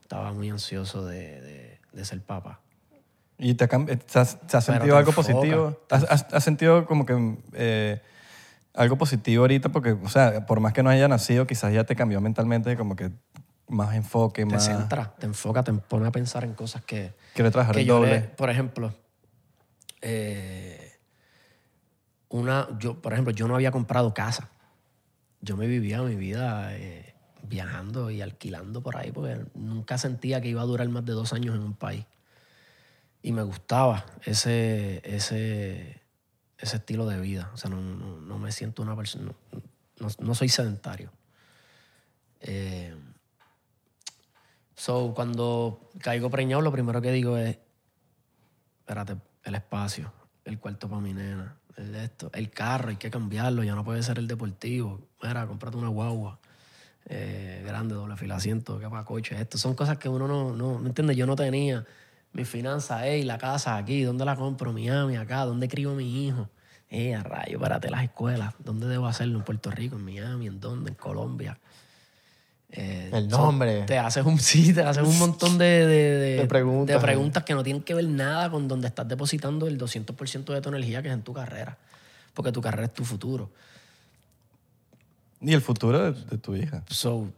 Speaker 1: Estaba muy ansioso de, de- de ser papá.
Speaker 3: ¿Y te ha, cam- te has, te has
Speaker 1: Pero
Speaker 3: sentido
Speaker 1: te
Speaker 3: algo
Speaker 1: enfoca.
Speaker 3: positivo? ¿Has, has- has sentido como que eh, algo positivo ahorita? Porque, o sea, por más que no haya nacido, quizás ya te cambió mentalmente como que más enfoque,
Speaker 1: Te
Speaker 3: más...
Speaker 1: centra, te enfoca, te pone a pensar en cosas que,
Speaker 3: Quiero trabajar
Speaker 1: que
Speaker 3: el
Speaker 1: yo
Speaker 3: doble.
Speaker 1: le- por ejemplo, eh, una, yo, por ejemplo, yo no había comprado casa. Yo me vivía mi vida eh, viajando y alquilando por ahí porque nunca sentía que iba a durar más de dos años en un país. Y me gustaba ese, ese, ese estilo de vida. O sea, no, no- no me siento una persona, no, no soy sedentario. Eh, So, cuando caigo preñado, lo primero que digo es, espérate, el espacio, el cuarto para mi nena, el, esto, el carro, hay que cambiarlo, ya no puede ser el deportivo. Mira, cómprate una guagua eh, grande, doble fila asiento, que para coche, esto. Son cosas que uno no, no, ¿me entiendes? Yo no tenía mis finanzas, ey, la casa aquí, ¿dónde la compro? Miami, acá, ¿dónde crío a mi hijo? Eh, a rayo, espérate, las escuelas, ¿dónde debo hacerlo? ¿En Puerto Rico? ¿En Miami? ¿En dónde? ¿En Colombia? Eh,
Speaker 2: El
Speaker 1: son-
Speaker 2: nombre.
Speaker 1: te haces un sí, te haces un montón de, de- de-
Speaker 2: De preguntas,
Speaker 1: de preguntas que no tienen que ver nada con donde estás depositando el 200% de tu energía que es en tu carrera. Porque tu carrera es tu futuro.
Speaker 3: Y el futuro de, de tu hija.
Speaker 1: So,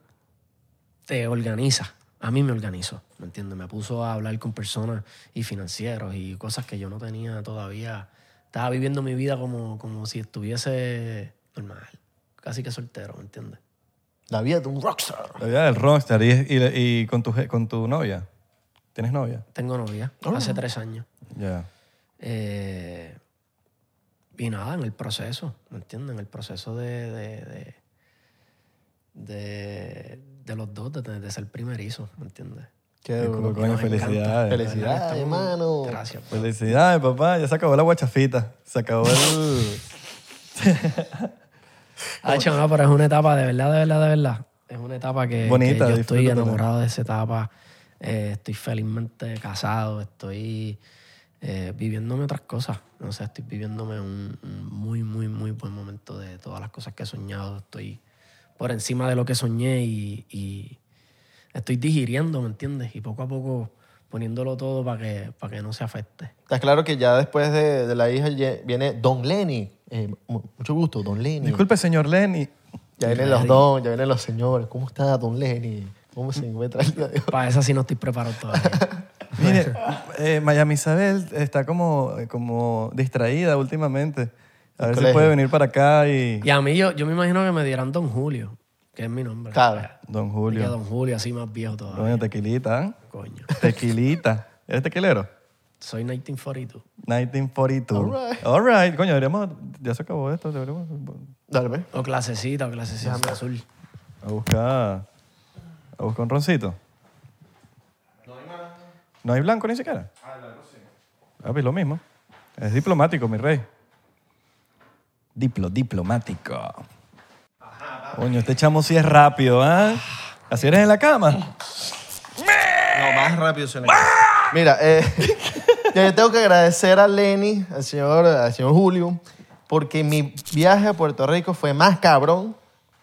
Speaker 1: te organiza. A mí me organizó, ¿me entiendes? Me puso a hablar con personas y financieros y cosas que yo no tenía todavía. Estaba viviendo mi vida como, como si estuviese normal, casi que soltero, ¿me entiendes?
Speaker 2: La vida de un rockstar.
Speaker 3: La vida del rockstar y, y- y con, tu, je- con tu novia. ¿Tienes novia?
Speaker 1: Tengo novia hace tres años.
Speaker 3: Ya.
Speaker 1: Eh, y nada, en el proceso, ¿me entiendes? En el proceso de, de, de, de- de los dos, de, de ser primerizo, ¿me entiendes?
Speaker 2: Qué
Speaker 3: Qué
Speaker 2: duro.
Speaker 3: coño,
Speaker 1: nos encanta.
Speaker 3: felicidades.
Speaker 2: Felicidades,
Speaker 1: Estamos-
Speaker 2: hermano.
Speaker 1: Gracias.
Speaker 3: Pues Felicidades, papá. Ya se acabó la guachafita. Se acabó el...
Speaker 1: Ah, chamo, no, pero es una etapa de verdad, de verdad, de verdad. Es una etapa que,
Speaker 3: Bonita,
Speaker 1: que yo estoy
Speaker 3: disfrútatela.
Speaker 1: enamorado de esa etapa. Eh, estoy felizmente casado, estoy eh, viviéndome otras cosas. O sea, estoy viviéndome un, un muy, muy, muy buen momento de todas las cosas que he soñado. Estoy por encima de lo que soñé y, y estoy digiriendo, ¿me entiendes? Y poco a poco poniéndolo todo para que, para que no se afecte.
Speaker 2: Está claro que ya después de, de la hija ye- viene Don Lenny. Eh, mu- mucho gusto, Don Lenny.
Speaker 3: Disculpe, señor Lenny.
Speaker 2: Ya vienen los don, ya vienen los señores. ¿Cómo está Don Lenny? ¿Cómo se encuentra el día de hoy?
Speaker 1: Para esa sí no estoy preparado todavía.
Speaker 3: Mire, eh, Miami Isabel está como, como distraída últimamente. A
Speaker 2: El
Speaker 3: ver si
Speaker 2: colegio.
Speaker 3: puede venir para acá y...
Speaker 1: y a mí yo, yo me imagino que me dieran Don Julio, que es mi nombre.
Speaker 2: Claro.
Speaker 3: Don
Speaker 1: Y que
Speaker 3: Julio.
Speaker 1: Don Julio, así más viejo todavía.
Speaker 3: Coño, tequilita, ¿eh?
Speaker 1: Coño.
Speaker 3: Tequilita. ¿Eres tequilero?
Speaker 1: Soy 1942.
Speaker 3: 1942. All
Speaker 2: right.
Speaker 3: Coño, deberíamos... Ya se acabó esto. Deberíamos
Speaker 2: Dale, pues. ve.
Speaker 1: O clasecita, o clasecita azul.
Speaker 3: a buscar... A buscar un roncito. No hay blanco ni siquiera. Ah, blanco sí. lo mismo. Es diplomático, mi rey. Diplo, diplomático. Coño, este chamo sí es rápido, ¿ah? Así eres en la cama.
Speaker 2: No, más rápido se Mira, eh, ya yo tengo que agradecer a Lenny, al señor, al señor Julio, porque mi viaje a Puerto Rico fue más cabrón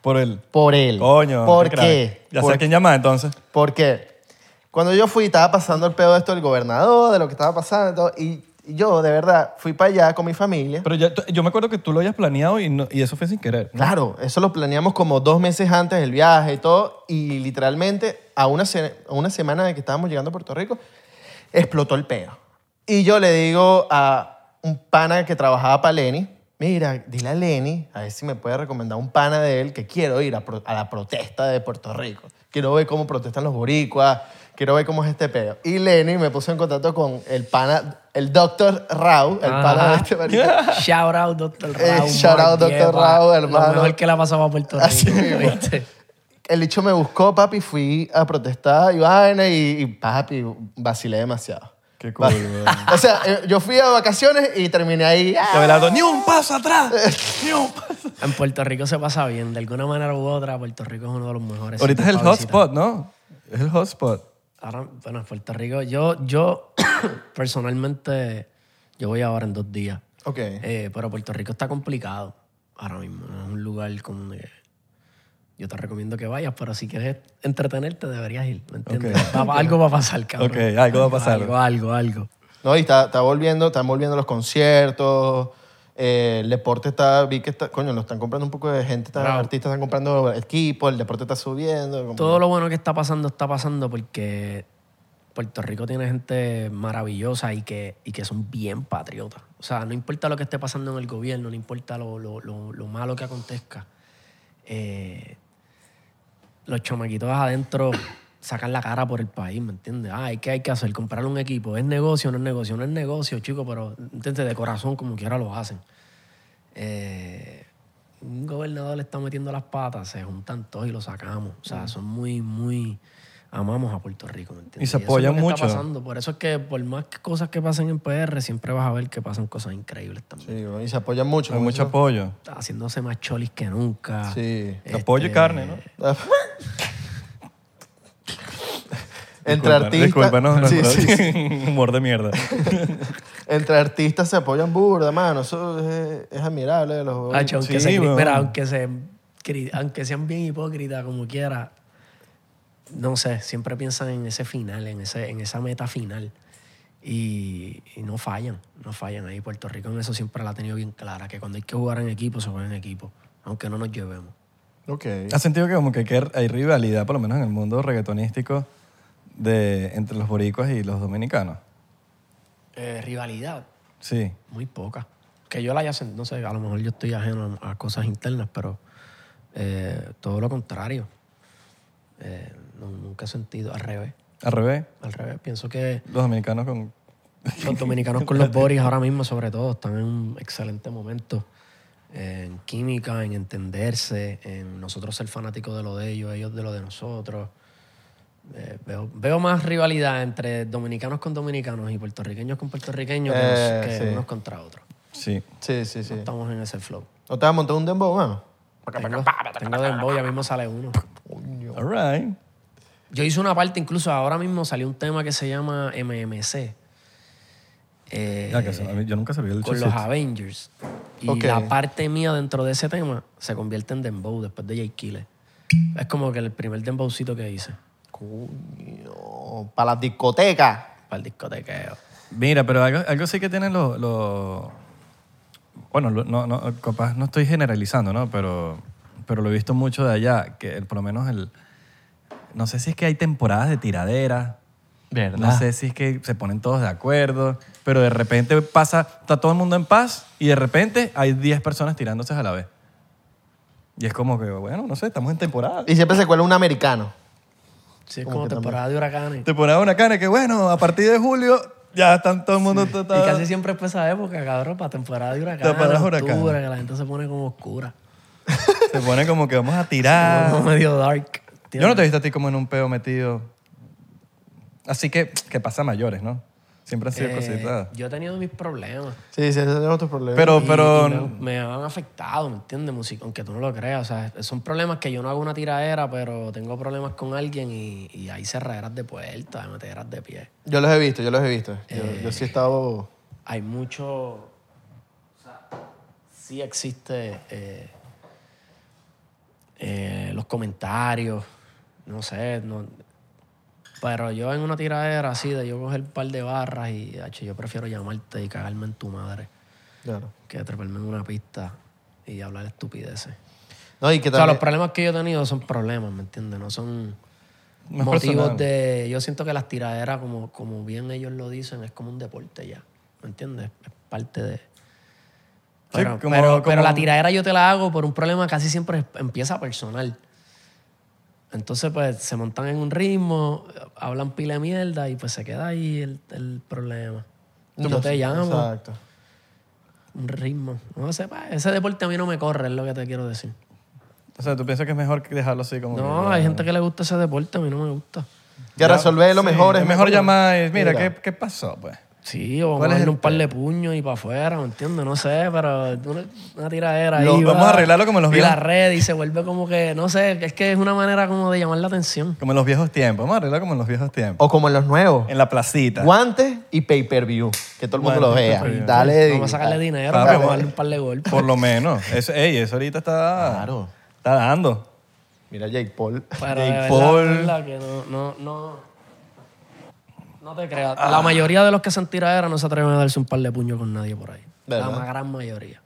Speaker 3: Por el.
Speaker 2: por él.
Speaker 3: Coño.
Speaker 2: ¿Por
Speaker 3: crack.
Speaker 2: qué?
Speaker 3: Ya sé
Speaker 2: Por-
Speaker 3: a quién llamar entonces.
Speaker 2: Porque cuando yo fui, estaba pasando el pedo de esto del gobernador, de lo que estaba pasando, y y yo, de verdad, fui para allá con mi familia.
Speaker 3: Pero ya tú- yo me acuerdo que tú lo habías planeado y, no- y eso fue sin querer. ¿no?
Speaker 2: Claro, eso lo planeamos como dos meses antes del viaje y todo, y literalmente a una, se- a una semana de que estábamos llegando a Puerto Rico, explotó el peo. Y yo le digo a un pana que trabajaba para Lenny, mira, dile a Lenny, a ver si me puede recomendar un pana de él que quiero ir a, pro- a la protesta de Puerto Rico. Quiero ver cómo protestan los boricuas, quiero ver cómo es este peo. Y Lenny me puso en contacto con el pana, el doctor Rau, el pana de
Speaker 1: Ajá.
Speaker 2: este marico.
Speaker 1: Shout out, Dr.
Speaker 2: Eh,
Speaker 1: Raúl.
Speaker 2: shout out, Dr.
Speaker 1: Marquepa.
Speaker 2: Raúl, hermano.
Speaker 1: Lo mejor que la pasaba a Puerto Rico.
Speaker 2: Así mismo.
Speaker 1: ¿viste?
Speaker 2: El hecho me buscó, papi, fui a protestar y vaina y, y, papi, vacilé demasiado.
Speaker 3: Qué cool,
Speaker 2: Va-
Speaker 3: weón.
Speaker 2: O sea, eh, yo fui a vacaciones y terminé ahí.
Speaker 3: Y
Speaker 2: ¡ah!
Speaker 3: Abelardo, ni un paso atrás. ni un paso.
Speaker 1: En Puerto Rico se pasa bien. De alguna manera u otra, Puerto Rico es uno de los mejores.
Speaker 3: Ahorita es el
Speaker 1: sitios para visitar.
Speaker 3: hotspot, ¿no? Es el hotspot.
Speaker 1: Ahora, bueno, en Puerto Rico, yo, yo personalmente, yo voy ahora en dos días.
Speaker 2: Ok.
Speaker 1: Eh, pero Puerto Rico está complicado ahora mismo. No es un lugar como de... Yo te recomiendo que vayas, pero si quieres entretenerte, deberías ir. ¿Me entiendes?
Speaker 3: Ok.
Speaker 1: Va- algo va a pasar, cabrón.
Speaker 3: Ok, algo va a pasar.
Speaker 1: Algo, algo, algo.
Speaker 2: No, y está, está volviendo, están volviendo los conciertos. eh, el deporte está, vi que está, coño, lo están comprando un poco de gente, están,
Speaker 1: Bravo.
Speaker 2: artistas están comprando equipo, el deporte está subiendo. como-
Speaker 1: Todo lo bueno que está pasando, está pasando porque Puerto Rico tiene gente maravillosa y que, y que son bien patriotas. O sea, no importa lo que esté pasando en el gobierno, no importa lo, lo- lo- lo malo que acontezca. eh, los chamaquitos adentro sacan la cara por el país, ¿me entiendes? Ah, ¿qué hay que hacer? Comprar un equipo. ¿Es negocio? ¿No es negocio? No es negocio, chico, pero ¿entiendes? de corazón, como quiera lo hacen. Eh, un gobernador le está metiendo las patas, se juntan todos y lo sacamos. O
Speaker 3: Mm.
Speaker 1: sea, son muy, muy... Amamos a Puerto Rico, ¿me entiendes?
Speaker 3: Y se
Speaker 1: eso es lo
Speaker 3: apoyan
Speaker 1: que está
Speaker 3: mucho.
Speaker 1: pasando. Por eso es que por más que cosas que pasen en PR, siempre vas a ver que pasan cosas increíbles también.
Speaker 2: Sí, y se apoyan mucho.
Speaker 3: Hay
Speaker 2: como
Speaker 3: mucho
Speaker 2: dices.
Speaker 3: apoyo.
Speaker 1: Haciéndose más cholis que nunca.
Speaker 2: Sí.
Speaker 1: Este,
Speaker 3: Apoyo y carne, ¿no?
Speaker 2: Entre artistas.
Speaker 3: Disculpanos,
Speaker 2: Sí, sí, sí.
Speaker 3: humor de mierda.
Speaker 2: Entre artistas se apoyan burda, mano. Eso es, es admirable de los
Speaker 1: Ah, che, aunque,
Speaker 3: Sí,
Speaker 1: se,
Speaker 3: weón.
Speaker 1: cri- mira, aunque, se, cri- aunque sean bien hipócritas como quiera, no sé, siempre piensan en ese final, en, ese, en esa meta final. Y, y no fallan, no fallan ahí. Puerto Rico en eso siempre la ha tenido bien clara, que cuando hay que jugar en equipo, se juega en equipo, aunque no nos llevemos.
Speaker 2: Ok.
Speaker 3: ¿Has sentido que como que que hay rivalidad, por lo menos en el mundo reggaetonístico, de, entre los boricuas y los dominicanos?
Speaker 1: Eh, rivalidad,
Speaker 3: Sí.
Speaker 1: muy poca. Que yo la haya sentido, no sé, a lo mejor yo estoy ajeno a, a cosas internas, pero eh, todo lo contrario. Eh, no- nunca he sentido, al revés.
Speaker 3: Al revés,
Speaker 1: Al revés, pienso que
Speaker 3: los dominicanos con...
Speaker 1: los dominicanos con los Boris ahora mismo, sobre todo, están en un excelente momento eh, en química, en entenderse, en nosotros ser fanáticos de lo de ellos, ellos de lo de nosotros. Eh, veo, veo más rivalidad entre dominicanos con dominicanos y puertorriqueños con puertorriqueños que,
Speaker 2: Eh,
Speaker 1: nos- que
Speaker 2: sí.
Speaker 1: unos contra otros.
Speaker 3: Sí.
Speaker 2: Sí, sí, sí.
Speaker 1: Estamos en ese flow.
Speaker 2: ¿No te has montado un dembow, mano?
Speaker 1: Tengo, tengo dembow, ya mismo sale uno.
Speaker 3: All right.
Speaker 1: Yo hice una parte, incluso ahora mismo salió un tema que se llama MMC. Eh,
Speaker 3: Ah, que se- a mí- yo nunca sabía el
Speaker 1: con
Speaker 3: chocito.
Speaker 1: los Avengers. Y
Speaker 2: Ok.
Speaker 1: la parte mía dentro de ese tema se convierte en Dembow después de Jay Killer. Es como que el primer dembowcito que hice.
Speaker 2: Coño, para las discotecas.
Speaker 1: Para el discotequeo.
Speaker 3: Mira, pero algo, algo sí que tienen los... los- bueno, lo- no, no, capaz no estoy generalizando, ¿no? Pero, pero lo he visto mucho de allá, que el- por lo menos el... No sé si es que hay temporadas de tiradera,
Speaker 2: ¿Verdad?
Speaker 3: no sé si es que se ponen todos de acuerdo, pero de repente pasa, está todo el mundo en paz y de repente hay 10 personas tirándose a la vez. Y es como que, bueno, no sé, estamos en temporada.
Speaker 2: Y siempre se cuela un americano.
Speaker 1: Sí, es
Speaker 2: Como
Speaker 1: como
Speaker 2: que
Speaker 1: temporada de huracanes.
Speaker 3: Temporada de huracanes, que bueno, a partir de julio ya están todo el mundo... está-
Speaker 1: Y casi siempre es para esa época, cabrón, para temporada de huracanes.
Speaker 3: Temporada de
Speaker 1: octubre,
Speaker 3: huracanes.
Speaker 1: que la gente se pone como oscura.
Speaker 3: Se pone como que vamos a tirar.
Speaker 1: Como medio dark.
Speaker 3: Ah. Yo no te he visto a ti como en un peo metido. Así que, que pasa a mayores, ¿no? Siempre han sido
Speaker 1: Eh,
Speaker 3: cositas.
Speaker 1: Yo he tenido mis problemas.
Speaker 2: Sí, sí, ese es otro problema.
Speaker 3: Pero,
Speaker 1: Y-
Speaker 3: pero.
Speaker 1: y me, me han afectado, ¿me entiendes? Música, aunque tú no lo creas. O sea, son problemas que yo no hago una tiradera, pero tengo problemas con alguien y, y hay cerraderas de puertas, meteras de pie.
Speaker 2: Yo los he visto, yo los he visto. Yo,
Speaker 3: Eh.
Speaker 2: yo sí he estado...
Speaker 1: Hay mucho. O sea, sí existe. eh, eh, los comentarios. No sé. No, pero yo en una tiradera así de yo coger un par de barras y hacho, yo prefiero llamarte y cagarme en tu madre
Speaker 2: Claro.
Speaker 1: que treparme en una pista y hablar estupideces.
Speaker 2: No, y que
Speaker 1: O sea,
Speaker 2: también-
Speaker 1: los problemas que yo he tenido son problemas, ¿me entiendes? No son
Speaker 3: No es
Speaker 1: motivos
Speaker 3: personal.
Speaker 1: de... Yo siento que las tiraderas, como, como bien ellos lo dicen, es como un deporte ya, ¿me entiendes? Es parte de... Pero,
Speaker 3: como-
Speaker 1: pero-
Speaker 3: como-
Speaker 1: pero la tiradera yo te la hago por un problema casi siempre empieza personal. Entonces, pues, se montan en un ritmo, hablan pila de mierda y pues se queda ahí el, el problema.
Speaker 2: Tú
Speaker 1: Yo
Speaker 2: no- pues,
Speaker 1: te llamo,
Speaker 2: Exacto.
Speaker 1: un ritmo. No sé, pa, ese deporte a mí no me corre, es lo que te quiero decir.
Speaker 3: O sea, ¿tú piensas que es mejor que dejarlo así como.?
Speaker 1: No, hay gente que le gusta ese deporte, a mí no me gusta.
Speaker 2: Que resolver lo mejor
Speaker 3: es.
Speaker 2: es
Speaker 3: mejor
Speaker 2: mejor.
Speaker 3: llamar y,
Speaker 2: Mira.
Speaker 3: mira, ¿qué, ¿qué pasó, pues?
Speaker 1: Sí, o
Speaker 3: ¿Cuál
Speaker 1: vamos a
Speaker 3: es
Speaker 1: darle
Speaker 3: el
Speaker 1: un par de puños y para afuera, ¿me entiendes? No sé, pero una, una tiradera ahí.
Speaker 3: Lo-
Speaker 1: va,
Speaker 3: vamos a arreglarlo como en los
Speaker 1: Y la
Speaker 3: viejos-
Speaker 1: red y se vuelve como que, no sé, es que es una manera como de llamar la atención.
Speaker 3: Como en los viejos tiempos. Vamos a arreglar como en los viejos tiempos.
Speaker 2: O como en los nuevos.
Speaker 3: En la placita.
Speaker 2: Guantes y pay-per-view. Que todo el mundo
Speaker 3: Guantes
Speaker 2: lo
Speaker 3: y
Speaker 2: vea.
Speaker 3: pay-per-view.
Speaker 2: Dale.
Speaker 1: vamos a
Speaker 2: digital.
Speaker 1: sacarle dinero,
Speaker 3: Claro,
Speaker 1: vamos a
Speaker 3: vale.
Speaker 1: darle un par de golpes.
Speaker 3: Por lo menos. Eso, ey, eso ahorita está.
Speaker 2: Claro.
Speaker 3: Está dando.
Speaker 2: Mira Jake Paul.
Speaker 1: Pero de
Speaker 3: Jake
Speaker 1: verdad,
Speaker 3: Paul.
Speaker 1: de verdad que no, no, no, no te creas.
Speaker 3: Ah.
Speaker 1: La mayoría de los que se tiradera no se atreven a darse un par de puños con nadie por ahí.
Speaker 2: ¿Verdad?
Speaker 1: La ma- gran mayoría,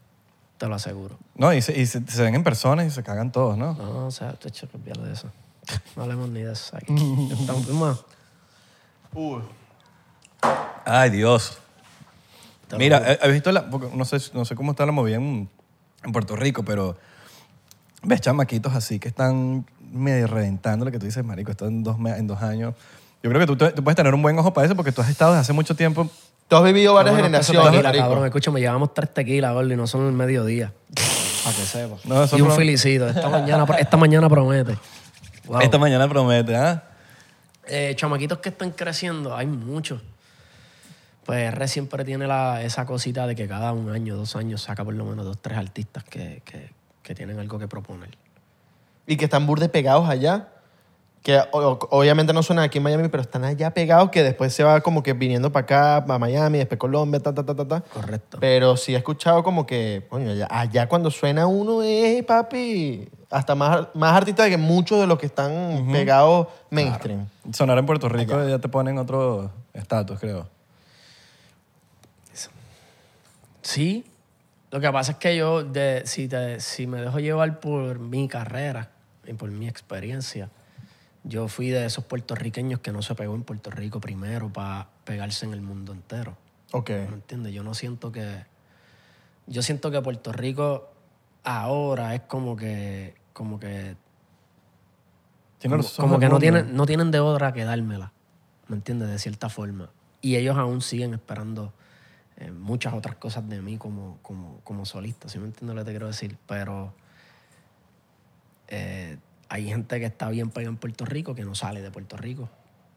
Speaker 1: te lo aseguro.
Speaker 3: No, y, se, y se- se ven en persona y se cagan todos, ¿no?
Speaker 1: No, o sea, te hecho olvidar de eso. No hablemos ni de eso aquí. Estamos- es más,
Speaker 3: Ay, Dios. Mira, eh, ¿has visto la.? porque No sé, no sé cómo está la movida en, en Puerto Rico, pero. Ves chamaquitos así que están medio reventando lo que tú dices, marico, esto en dos, me- en dos años. Yo creo que tú, te- tú puedes tener un buen ojo para eso porque tú has estado desde hace mucho tiempo.
Speaker 2: Tú has vivido varias
Speaker 1: Vámonos, peso
Speaker 2: generaciones,
Speaker 1: tequila,
Speaker 2: marico.
Speaker 1: cabrón. Escúchame, llevamos tres tequilas, gordo, y no son el mediodía. Para que sepas.
Speaker 3: No, eso
Speaker 1: y un
Speaker 3: pro-
Speaker 1: felicito. Esta mañana, esta mañana promete. Wow.
Speaker 3: Esta mañana promete, ¿ah?
Speaker 1: Eh, chamaquitos que están creciendo, hay muchos. Pues R siempre tiene la- esa cosita de que cada un año, dos años saca por lo menos dos, tres artistas que, que- que tienen algo que proponer.
Speaker 2: Y que están burdes pegados allá. Que o- o- obviamente no suenan aquí en Miami, pero están allá pegados que después se va como que viniendo para acá, a Miami, después Colombia, ta, ta, ta, ta, ta.
Speaker 1: Correcto.
Speaker 2: Pero sí he escuchado como que, coño, allá, allá cuando suena uno, eh, papi, hasta más, más artistas que muchos de los que están pegados mainstream.
Speaker 3: Sonar en Puerto Rico ya te ponen otro estatus, creo.
Speaker 1: Sí. Lo que pasa es que yo, de- si, te- si me dejo llevar por mi carrera y por mi experiencia, yo fui de esos puertorriqueños que no se pegó en Puerto Rico primero para pegarse en el mundo entero.
Speaker 2: Ok.
Speaker 1: ¿Me entiendes? Yo no siento que. Yo siento que Puerto Rico ahora es como que. Como que.
Speaker 3: Tiene
Speaker 1: como-
Speaker 3: los ojos
Speaker 1: Como que
Speaker 3: del
Speaker 1: no
Speaker 3: mundo.
Speaker 1: tienen, no tienen de otra que dármela. ¿Me entiendes? De cierta forma. Y ellos aún siguen esperando eh, muchas otras cosas de mí como, como, como solista. ¿Sí me entiendes lo que te quiero decir? Pero. eh, hay gente que está bien pegada en Puerto Rico que no sale de Puerto Rico.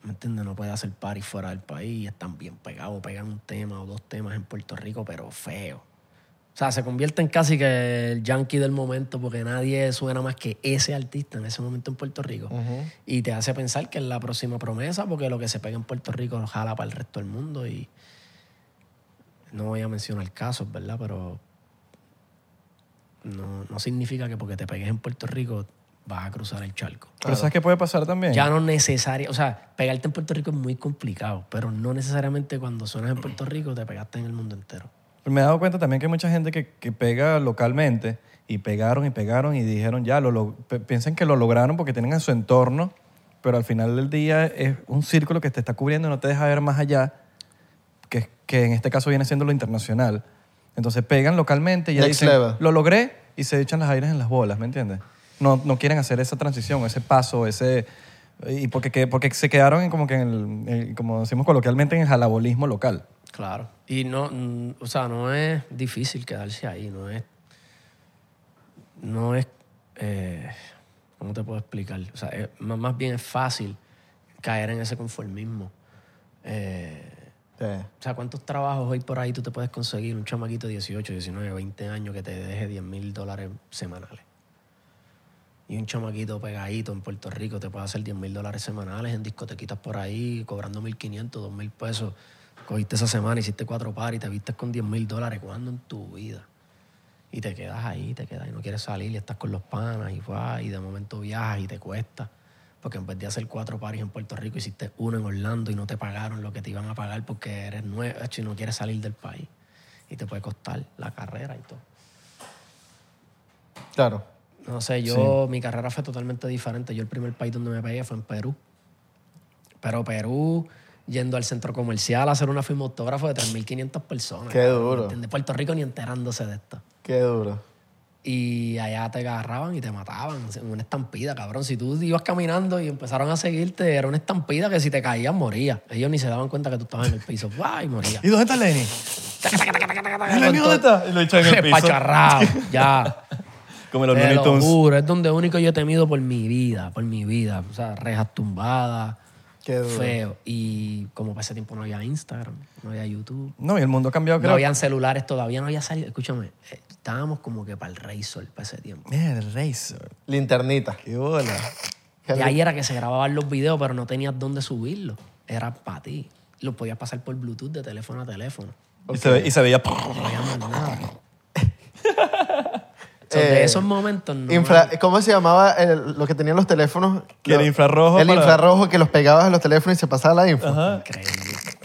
Speaker 1: ¿Me entiendes? No puede hacer party fuera del país. Están bien pegados, pegan un tema o dos temas en Puerto Rico, pero feo. O sea, se convierte en casi que el yankee del momento porque nadie suena más que ese artista en ese momento en Puerto Rico. Y te hace pensar que es la próxima promesa porque lo que se pega en Puerto Rico lo jala para el resto del mundo y no voy a mencionar casos, ¿verdad? Pero no, no significa que porque te pegues en Puerto Rico vas a cruzar el charco.
Speaker 3: Pero ¿sabes qué puede pasar también?
Speaker 1: Ya no necesario, o sea, pegarte en Puerto Rico es muy complicado, pero no necesariamente cuando suenas en Puerto Rico te pegaste en el mundo entero.
Speaker 3: Pero me he dado cuenta también que hay mucha gente que, que pega localmente y pegaron y pegaron y dijeron ya, lo, log- pe- piensan que lo lograron porque tienen a su entorno, pero al final del día es un círculo que te está cubriendo y no te deja ver más allá, que, es- que en este caso viene siendo lo internacional. Entonces pegan localmente y ya
Speaker 2: Next
Speaker 3: dicen,
Speaker 2: level.
Speaker 3: lo logré y se echan las aires en las bolas, ¿me entiendes? No, no quieren hacer esa transición, ese paso, ese... Y porque, que- porque se quedaron en como que, en el- en- como decimos coloquialmente, en el jalabolismo local.
Speaker 1: Claro. Y no, mm, o sea, no es difícil quedarse ahí, no es. No es. eh, ¿Cómo te puedo explicar? O sea, es- más, más bien es fácil caer en ese conformismo. Eh,
Speaker 2: Sí.
Speaker 1: o sea, ¿cuántos trabajos hoy por ahí tú te puedes conseguir? Un chamaquito de 18, 19, 20 años que te deje 10 mil dólares semanales. Y un chamaquito pegadito en Puerto Rico te puede hacer 10 mil dólares semanales en discotequitas por ahí, cobrando 1.500, 2.000 pesos. Cogiste esa semana, hiciste cuatro pares y te viste con 10 mil dólares. ¿Cuándo en tu vida? Y te quedas ahí, te quedas y no quieres salir y estás con los panas y va, y de momento viajas y te cuesta. Porque en vez de hacer cuatro paris en Puerto Rico, hiciste uno en Orlando y no te pagaron lo que te iban a pagar porque eres nuevo hecho, y no quieres salir del país. Y te puede costar la carrera y todo.
Speaker 2: Claro.
Speaker 1: No sé, yo, mi carrera fue totalmente diferente. Yo el primer país donde me pegué fue en Perú. Pero Perú, yendo al centro comercial a hacer una firma autógrafo de 3.500 personas.
Speaker 2: Qué
Speaker 1: cabrón, ¿me
Speaker 2: duro.
Speaker 1: entiendes? Puerto Rico ni enterándose de esto.
Speaker 2: Qué duro.
Speaker 1: Y allá te agarraban y te mataban en una estampida, cabrón. Si tú ibas caminando y empezaron a seguirte, era una estampida que si te caías, morías. Ellos ni se daban cuenta que tú estabas en el piso. ¡Guau! Y morías.
Speaker 3: ¿Y dónde está Lenny?
Speaker 1: Con todo-
Speaker 3: Y lo echan en el piso.
Speaker 1: Espacharrado, ya.
Speaker 3: Como los
Speaker 1: Te
Speaker 3: Looney
Speaker 1: lo
Speaker 3: Tunes.
Speaker 1: juro, es donde único yo he temido por mi vida, por mi vida. O sea, rejas tumbadas,
Speaker 2: Qué duro.
Speaker 1: feo. Y como para ese tiempo no había Instagram, no había YouTube.
Speaker 3: No, y el mundo ha cambiado, creo.
Speaker 1: No habían celulares todavía, no había salido. Escúchame, eh, estábamos como que para el Rey Sol para ese tiempo.
Speaker 3: Mira, el Razor.
Speaker 2: Linternita.
Speaker 3: Qué bola.
Speaker 1: Y ahí era que se grababan los videos, pero no tenías dónde subirlos. Era para ti. Lo podías pasar por Bluetooth de teléfono a teléfono.
Speaker 3: Y, se ve- y se veía...
Speaker 1: No había más nada. So, de
Speaker 2: Eh,
Speaker 1: esos momentos no.
Speaker 2: Infra- ¿Cómo se llamaba el- lo que tenían los teléfonos?
Speaker 3: Que era
Speaker 2: Lo-
Speaker 3: infrarrojo
Speaker 2: El
Speaker 3: para-
Speaker 2: infrarrojo que los pegabas a los teléfonos y se pasaba la info.
Speaker 1: Increíble.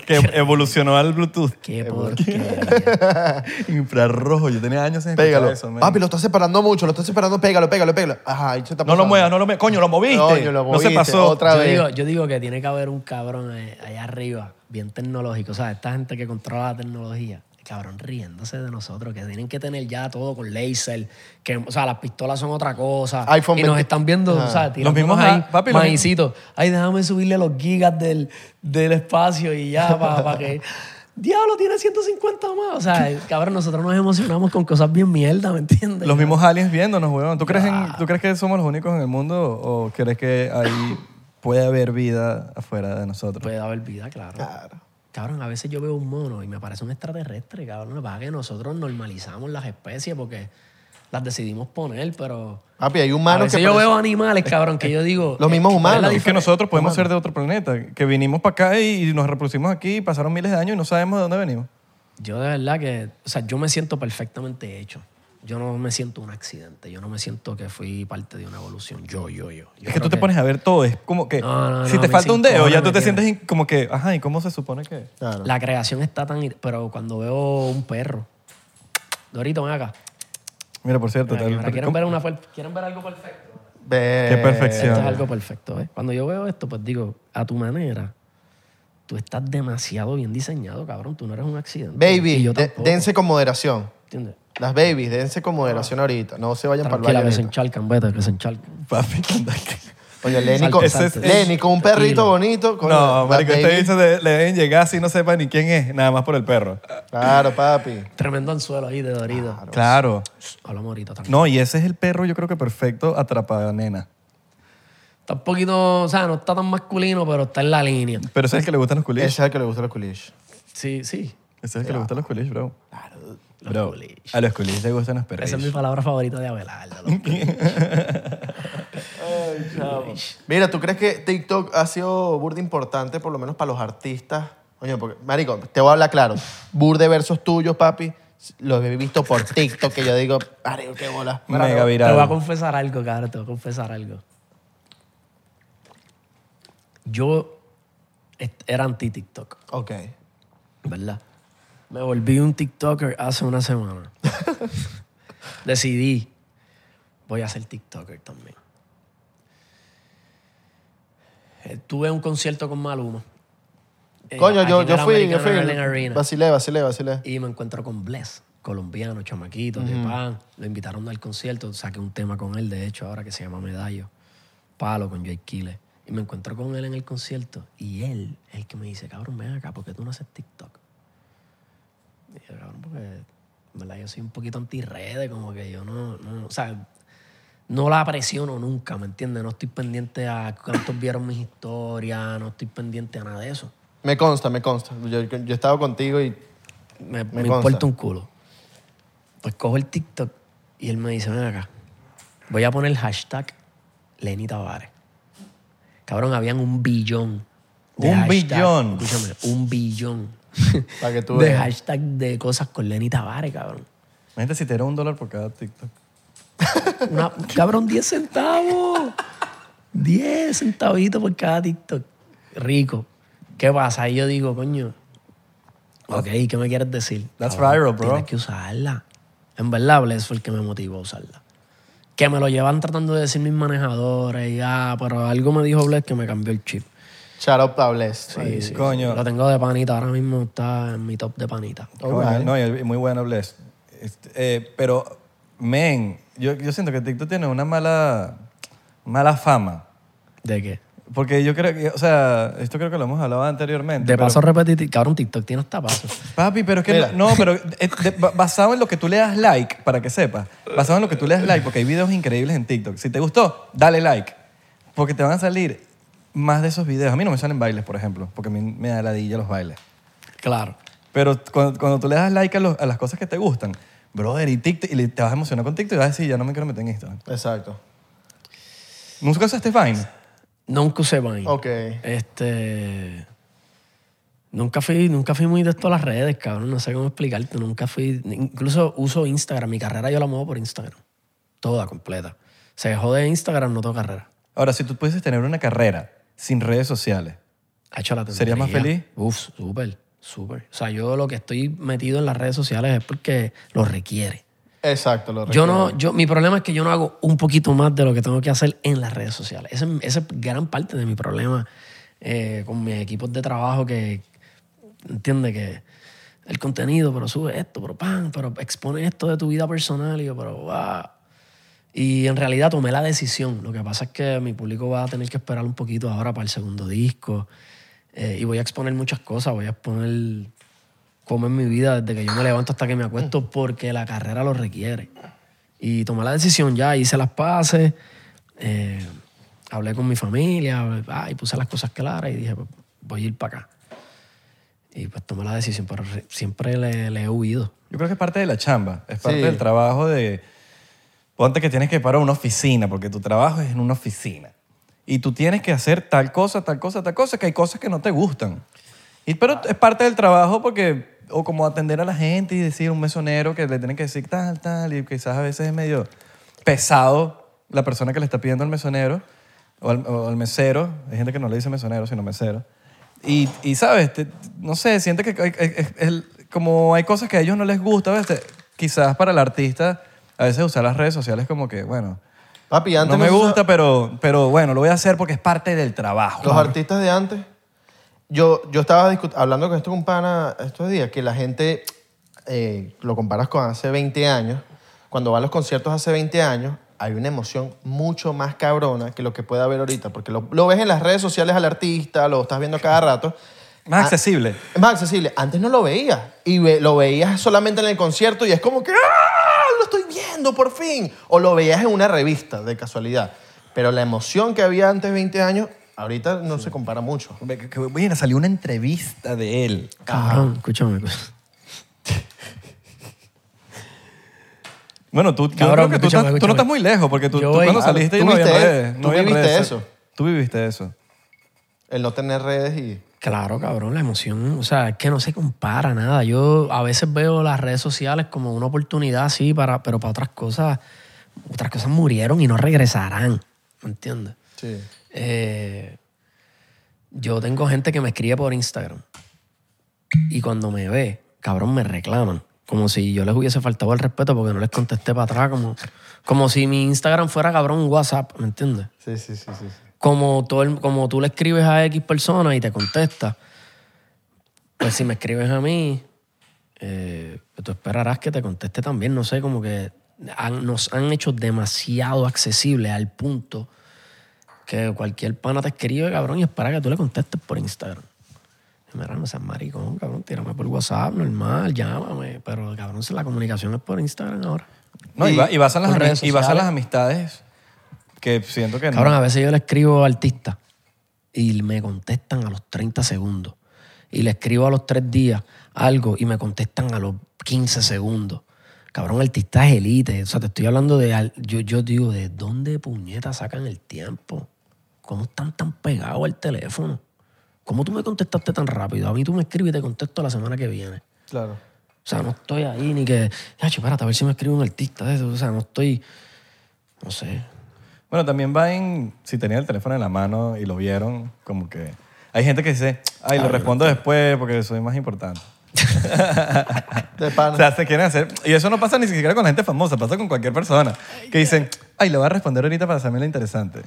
Speaker 3: Que evolucionó al Bluetooth.
Speaker 1: Qué porquería.
Speaker 3: Infrarrojo. Yo tenía años en
Speaker 2: Pégalo.
Speaker 3: eso, man.
Speaker 2: Papi, lo estás separando mucho, lo estás separando, pégalo, pégalo, pégalo. Ajá, y se está
Speaker 3: No lo
Speaker 2: pasando.
Speaker 3: muevas, no lo muevas. Coño, lo moviste.
Speaker 2: Coño, lo
Speaker 3: no se
Speaker 2: moviste,
Speaker 3: pasó.
Speaker 2: otra
Speaker 1: yo,
Speaker 2: vez.
Speaker 1: digo, yo digo que tiene que haber un cabrón eh, allá arriba, bien tecnológico. O sea, esta gente que controla la tecnología, cabrón, riéndose de nosotros, que tienen que tener ya todo con laser, que, o sea, las pistolas son otra cosa.
Speaker 2: iPhone
Speaker 1: y nos
Speaker 2: 20.
Speaker 1: están viendo, o sea, tirándonos
Speaker 3: mismos
Speaker 1: ahí,
Speaker 3: ha- papi, los
Speaker 1: maicitos. Ay, déjame subirle los gigas del, del espacio y ya, para que... Diablo, tiene 150 más. O sea, cabrón, nosotros nos emocionamos con cosas bien mierda, ¿me entiendes?
Speaker 3: Los mismos aliens viéndonos, weón. ¿Tú crees,
Speaker 2: Ah.
Speaker 3: en- ¿Tú crees que somos los únicos en el mundo o crees que ahí puede haber vida afuera de nosotros?
Speaker 1: Puede haber vida, claro.
Speaker 2: Claro.
Speaker 1: Cabrón, a veces yo veo un mono y me parece un extraterrestre, cabrón. Lo que pasa es que nosotros normalizamos las especies porque las decidimos poner, pero.
Speaker 2: Papi, hay
Speaker 1: A
Speaker 2: humanos
Speaker 1: veces
Speaker 2: que.
Speaker 1: yo
Speaker 2: parece-
Speaker 1: veo animales, cabrón, que yo digo.
Speaker 2: Los mismos
Speaker 1: eh, ¿cuál es la
Speaker 2: humanos.
Speaker 3: Es que
Speaker 1: diferen-
Speaker 3: nosotros podemos ser de otro planeta, que vinimos para acá y y nos reproducimos aquí, y pasaron miles de años y no sabemos de dónde venimos.
Speaker 1: Yo de verdad que, o sea, yo me siento perfectamente hecho. Yo no me siento un accidente. Yo no me siento que fui parte de una evolución. Yo, yo, yo. Yo
Speaker 3: Es que tú
Speaker 1: creo
Speaker 3: te pones a ver todo, es como que
Speaker 1: No, no,
Speaker 3: si
Speaker 1: no,
Speaker 3: te
Speaker 1: me
Speaker 3: falta un dedo,
Speaker 1: sincona,
Speaker 3: ya
Speaker 1: me
Speaker 3: tú te
Speaker 1: tiene.
Speaker 3: sientes in- como que, ajá, ¿y cómo se supone que?
Speaker 2: Claro.
Speaker 1: La creación está tan. Pero cuando veo un perro. Dorito, ven acá.
Speaker 3: Mira, por cierto,
Speaker 1: Mira,
Speaker 3: tal-
Speaker 1: mira, ¿quieren,
Speaker 3: ¿cómo-
Speaker 1: ver una, per- ¿Quieren ver algo perfecto?
Speaker 2: Ve-
Speaker 3: Qué perfección.
Speaker 1: Esto es algo perfecto, ¿eh? Cuando yo veo esto, pues digo, a tu manera, tú estás demasiado bien diseñado, cabrón. Tú no eres un accidente.
Speaker 2: Baby,
Speaker 1: Y yo
Speaker 2: de-
Speaker 1: tampoco,
Speaker 2: dense con moderación.
Speaker 1: ¿Entiendes?
Speaker 2: Las babies, dense con moderación ahorita. No se vayan para el
Speaker 1: Ah. Tranquila,
Speaker 2: baño.
Speaker 1: que se
Speaker 2: ahorita.
Speaker 1: encharcan, vete, que se encharcan.
Speaker 3: Papi, anda aquí.
Speaker 2: Oye, Lenny con,
Speaker 3: Ese es-
Speaker 2: Lenny con un perrito
Speaker 1: Tranquilo.
Speaker 2: bonito. Con
Speaker 3: No,
Speaker 2: las
Speaker 3: marico,
Speaker 2: babies.
Speaker 3: este bicho le, le deben llegar así no sepa ni quién es, nada más por el perro.
Speaker 2: Claro, papi.
Speaker 1: Tremendo anzuelo ahí de Dorido.
Speaker 3: Claro.
Speaker 1: Hablamos ahorita, tranquilo.
Speaker 3: No, y ese es el perro, yo creo que perfecto, atrapada nena.
Speaker 1: Está un poquito, o sea, no está tan masculino, pero está en la línea.
Speaker 3: Pero ese es el que le gustan los
Speaker 2: Ese
Speaker 3: culiches.
Speaker 2: es el que le gusta los culiches.
Speaker 1: Sí, sí.
Speaker 3: Ese es el que le gustan los culiches, bro.
Speaker 1: Ah. Los
Speaker 3: Bro,
Speaker 1: culiches.
Speaker 3: a los culiches les gustan los
Speaker 1: Esa
Speaker 3: perritos.
Speaker 1: es mi palabra favorita de Abelardo. los culiches.
Speaker 2: Mira, ¿tú crees que TikTok ha sido burda importante, por lo menos para los artistas? Oye, porque, marico, te voy a hablar claro. Burde versos tuyos, papi. los he visto por TikTok que yo digo, "Ariel, qué bola.
Speaker 1: Mira,
Speaker 3: Mega
Speaker 1: te- Te voy a
Speaker 3: viral.
Speaker 1: confesar algo, cabrón. Te voy a confesar algo. Yo est- era anti-TikTok,
Speaker 2: Ok.
Speaker 1: Eh, ¿verdad? Me volví un TikToker hace una semana. Decidí, voy a ser TikToker también. Eh, Tuve un concierto con Maluma. eh,
Speaker 2: Coño,
Speaker 1: aquí
Speaker 2: yo,
Speaker 1: en
Speaker 2: yo
Speaker 1: el
Speaker 2: fui, yo
Speaker 1: American
Speaker 2: fui.
Speaker 1: Airlines Arena.
Speaker 2: Vacilé, vacilé, vacilé.
Speaker 1: Y me encuentro con Bless, colombiano, chamaquito, de pan. Lo invitaron al concierto, saqué un tema con él, de hecho, ahora que se llama Medallo. Palo con Jake Kille. Y me encuentro con él en el concierto. Y él, el que me dice, cabrón, ven acá, ¿por qué tú no haces TikTok? Y yo, cabrón, porque en verdad yo soy un poquito antirredes, como que yo no, no, o sea, no la presiono nunca, ¿me entiendes? No estoy pendiente a cuántos vieron mis historias, no estoy pendiente a nada de eso.
Speaker 2: Me consta, me consta. Yo, yo he estado contigo y.
Speaker 1: me,
Speaker 2: Me
Speaker 1: me
Speaker 2: consta.
Speaker 1: importa un culo. Pues cojo el TikTok y él me dice, ven acá, voy a poner el hashtag Lenny Tavares. Cabrón, habían un billón. de
Speaker 3: Un
Speaker 1: hashtag.
Speaker 3: billón.
Speaker 1: Escúchame, un billón.
Speaker 2: Para que tú
Speaker 1: de
Speaker 2: veas.
Speaker 1: hashtag de cosas con Lenny Tavares, cabrón.
Speaker 3: Imagínate si te era un dólar por cada TikTok.
Speaker 1: Una- cabrón, 10 centavos. 10 centavitos por cada TikTok. Rico. ¿Qué pasa? Ahí yo digo, coño. Ok, ¿qué me quieres decir?
Speaker 3: That's viral,
Speaker 1: Cabrón,
Speaker 3: bro.
Speaker 1: Tienes que usarla. En verdad, Bless fue el que me motivó a usarla. Que me lo llevan tratando de decir mis manejadores y ah, pero algo me dijo Bless que me cambió el chip.
Speaker 2: Shout out to Bless.
Speaker 1: Sí, sí,
Speaker 3: coño.
Speaker 1: sí. Lo tengo de panita. Ahora mismo está en mi top de panita.
Speaker 2: All
Speaker 3: Coño,
Speaker 2: right.
Speaker 3: No, y el- muy bueno, Bless. Este, eh, pero, men, yo, yo siento que TikTok tiene una mala, mala fama.
Speaker 1: ¿De qué?
Speaker 3: Porque yo creo que, o sea, esto creo que lo hemos hablado anteriormente.
Speaker 1: De
Speaker 3: pero-
Speaker 1: paso repetitivo. Cabrón, TikTok tiene hasta paso.
Speaker 3: Papi, pero es que
Speaker 2: Mira.
Speaker 3: no, no, pero eh, de- ba- basado en lo que tú le das like, para que sepas, basado en lo que tú le das like, porque hay videos increíbles en TikTok. Si te gustó, dale like, porque te van a salir más de esos videos. A mí no me salen bailes, por ejemplo, porque a mí me da ladilla los bailes.
Speaker 1: Claro.
Speaker 3: Pero cuando, cuando tú le das like a, los- a las cosas que te gustan, brother, y TikTok, y le- te vas a emocionar con TikTok y vas a decir, ya no me quiero meter en Instagram.
Speaker 2: Exacto.
Speaker 3: ¿Nunca usaste Vine?
Speaker 1: Nunca usé Vine.
Speaker 2: Ok.
Speaker 1: Este. Nunca fui, nunca fui muy de esto a las redes, cabrón. No sé cómo explicarte. Nunca fui. Incluso uso Instagram. Mi carrera yo la muevo por Instagram. Toda completa. Se dejó de Instagram, no tengo carrera.
Speaker 3: Ahora, si tú pudieses tener una carrera sin redes sociales,
Speaker 1: Ha hecho la
Speaker 3: ¿Serías más
Speaker 1: tendría.
Speaker 3: feliz?
Speaker 1: Uf, súper, súper. O sea, yo lo que estoy metido en las redes sociales es porque lo requiere.
Speaker 2: Exacto, lo
Speaker 1: Yo
Speaker 2: recuerdo.
Speaker 1: no, yo, mi problema es que yo no hago un poquito más de lo que tengo que hacer en las redes sociales. Ese, ese es gran parte de mi problema eh, con mis equipos de trabajo que entiende que el contenido, pero sube esto, pero pan, pero expone esto de tu vida personal y yo, pero ah, va. Y en realidad tomé la decisión. Lo que pasa es que mi público va a tener que esperar un poquito ahora para el segundo disco. Eh, y voy a exponer muchas cosas. Voy a exponer cómo es mi vida desde que yo me levanto hasta que me acuesto porque la carrera lo requiere. Y tomé la decisión ya, hice las paces, eh, hablé con mi familia, ah, y puse las cosas claras y dije, pues, voy a ir para acá. Y pues tomé la decisión, pero re- siempre le, le he huido.
Speaker 3: Yo creo que es parte de la chamba, es parte
Speaker 2: Sí.
Speaker 3: del trabajo de... Ponte que tienes que parar una oficina, porque tu trabajo es en una oficina. Y tú tienes que hacer tal cosa, tal cosa, tal cosa, que hay cosas que no te gustan. Y, pero es parte del trabajo porque, o como atender a la gente y decir un mesonero que le tienen que decir tal, tal, y quizás a veces es medio pesado la persona que le está pidiendo al mesonero o al, o al mesero. Hay gente que no le dice mesonero, sino mesero. Y, y, sabes, Te- no sé, siente que hay- es- es- el- como hay cosas que a ellos no les gusta, a veces, quizás para el artista, a veces usar las redes sociales como que, bueno,
Speaker 2: Papi, antes
Speaker 3: no me
Speaker 2: se usaba-
Speaker 3: gusta, pero, pero bueno, lo voy a hacer porque es parte del trabajo.
Speaker 2: Los artistas de antes. Yo, yo estaba discut- hablando con esto con un pana estos días, que la gente eh, lo comparas con hace 20 años. Cuando va a los conciertos hace 20 años, hay una emoción mucho más cabrona que lo que puede haber ahorita. Porque lo, lo ves en las redes sociales al artista, lo estás viendo cada rato.
Speaker 3: Más
Speaker 2: Ah,
Speaker 3: accesible.
Speaker 2: Es más accesible. Antes no lo veías. Y ve- lo veías solamente en el concierto y es como que ¡Ah! ¡Lo estoy viendo por fin! O lo veías en una revista de casualidad. Pero la emoción que había antes 20 años, ahorita no se compara mucho.
Speaker 3: Ve que- que- Mira, salió una entrevista de él.
Speaker 1: Cabrón, escúchame.
Speaker 3: Bueno, tú, yo
Speaker 1: Cabrón,
Speaker 3: creo que tú,
Speaker 1: escúchame,
Speaker 3: estás- tú
Speaker 1: escúchame.
Speaker 3: no estás muy lejos porque tú,
Speaker 1: Yo
Speaker 3: tú
Speaker 1: voy-
Speaker 3: cuando
Speaker 1: Claro,
Speaker 3: saliste
Speaker 2: tú
Speaker 3: no había
Speaker 2: viviste-
Speaker 3: redes.
Speaker 2: tú
Speaker 3: no había
Speaker 2: viviste
Speaker 3: redes.
Speaker 2: eso.
Speaker 3: Tú viviste eso.
Speaker 2: El no tener redes y...
Speaker 1: Claro, cabrón, la emoción, o sea, es que no se compara nada. Yo a veces veo las redes sociales como una oportunidad, sí, para, pero para otras cosas, otras cosas murieron y no regresarán, ¿me entiendes?
Speaker 2: Sí.
Speaker 1: Eh, yo tengo gente que me escribe por Instagram y cuando me ve, cabrón, me reclaman. Como si yo les hubiese faltado el respeto porque no les contesté para atrás, como, como si mi Instagram fuera, cabrón, un WhatsApp, ¿me entiendes?
Speaker 2: Sí, sí, sí, sí. sí.
Speaker 1: como, todo el- como tú le escribes a X persona y te contesta, pues si me escribes a mí, eh, tú esperarás que te conteste también. No sé, como que han- nos han hecho demasiado accesibles al punto que cualquier pana te escribe, cabrón, y espera que tú le contestes por Instagram. Y Mira, no seas maricón, cabrón, tírame por WhatsApp, normal, llámame. Pero, cabrón, si la comunicación es por Instagram ahora.
Speaker 3: No, y,
Speaker 2: Y
Speaker 3: va- y basan las,
Speaker 1: por
Speaker 3: ami-
Speaker 1: redes
Speaker 3: y basan
Speaker 1: sociales.
Speaker 3: las amistades que siento que no.
Speaker 1: Cabrón, a veces yo le escribo a artistas y me contestan a los 30 segundos. Y le escribo a los 3 días algo y me contestan a los 15 segundos. Cabrón, artistas elite. O sea, te estoy hablando de. al- Yo, yo digo, ¿de dónde puñetas sacan el tiempo? ¿Cómo están tan pegados al teléfono? ¿Cómo tú me contestaste tan rápido? A mí tú me escribes y te contesto la semana que viene.
Speaker 2: Claro.
Speaker 1: O sea, no estoy ahí ni que. "Yacho, espérate, a ver si me escribe un artista de eso. O sea, no estoy. No sé.
Speaker 3: Bueno, también va en. Si tenían el teléfono en la mano y lo vieron, como que. Hay gente que dice, ay,
Speaker 1: Ah,
Speaker 3: lo respondo después porque soy más importante.
Speaker 2: De
Speaker 3: O
Speaker 1: Ah,
Speaker 2: pana.
Speaker 3: sea, se quieren hacer. Y eso no pasa ni siquiera con la gente famosa, pasa con cualquier persona. Que dicen, ay, lo voy a responder ahorita para hacerme la interesante.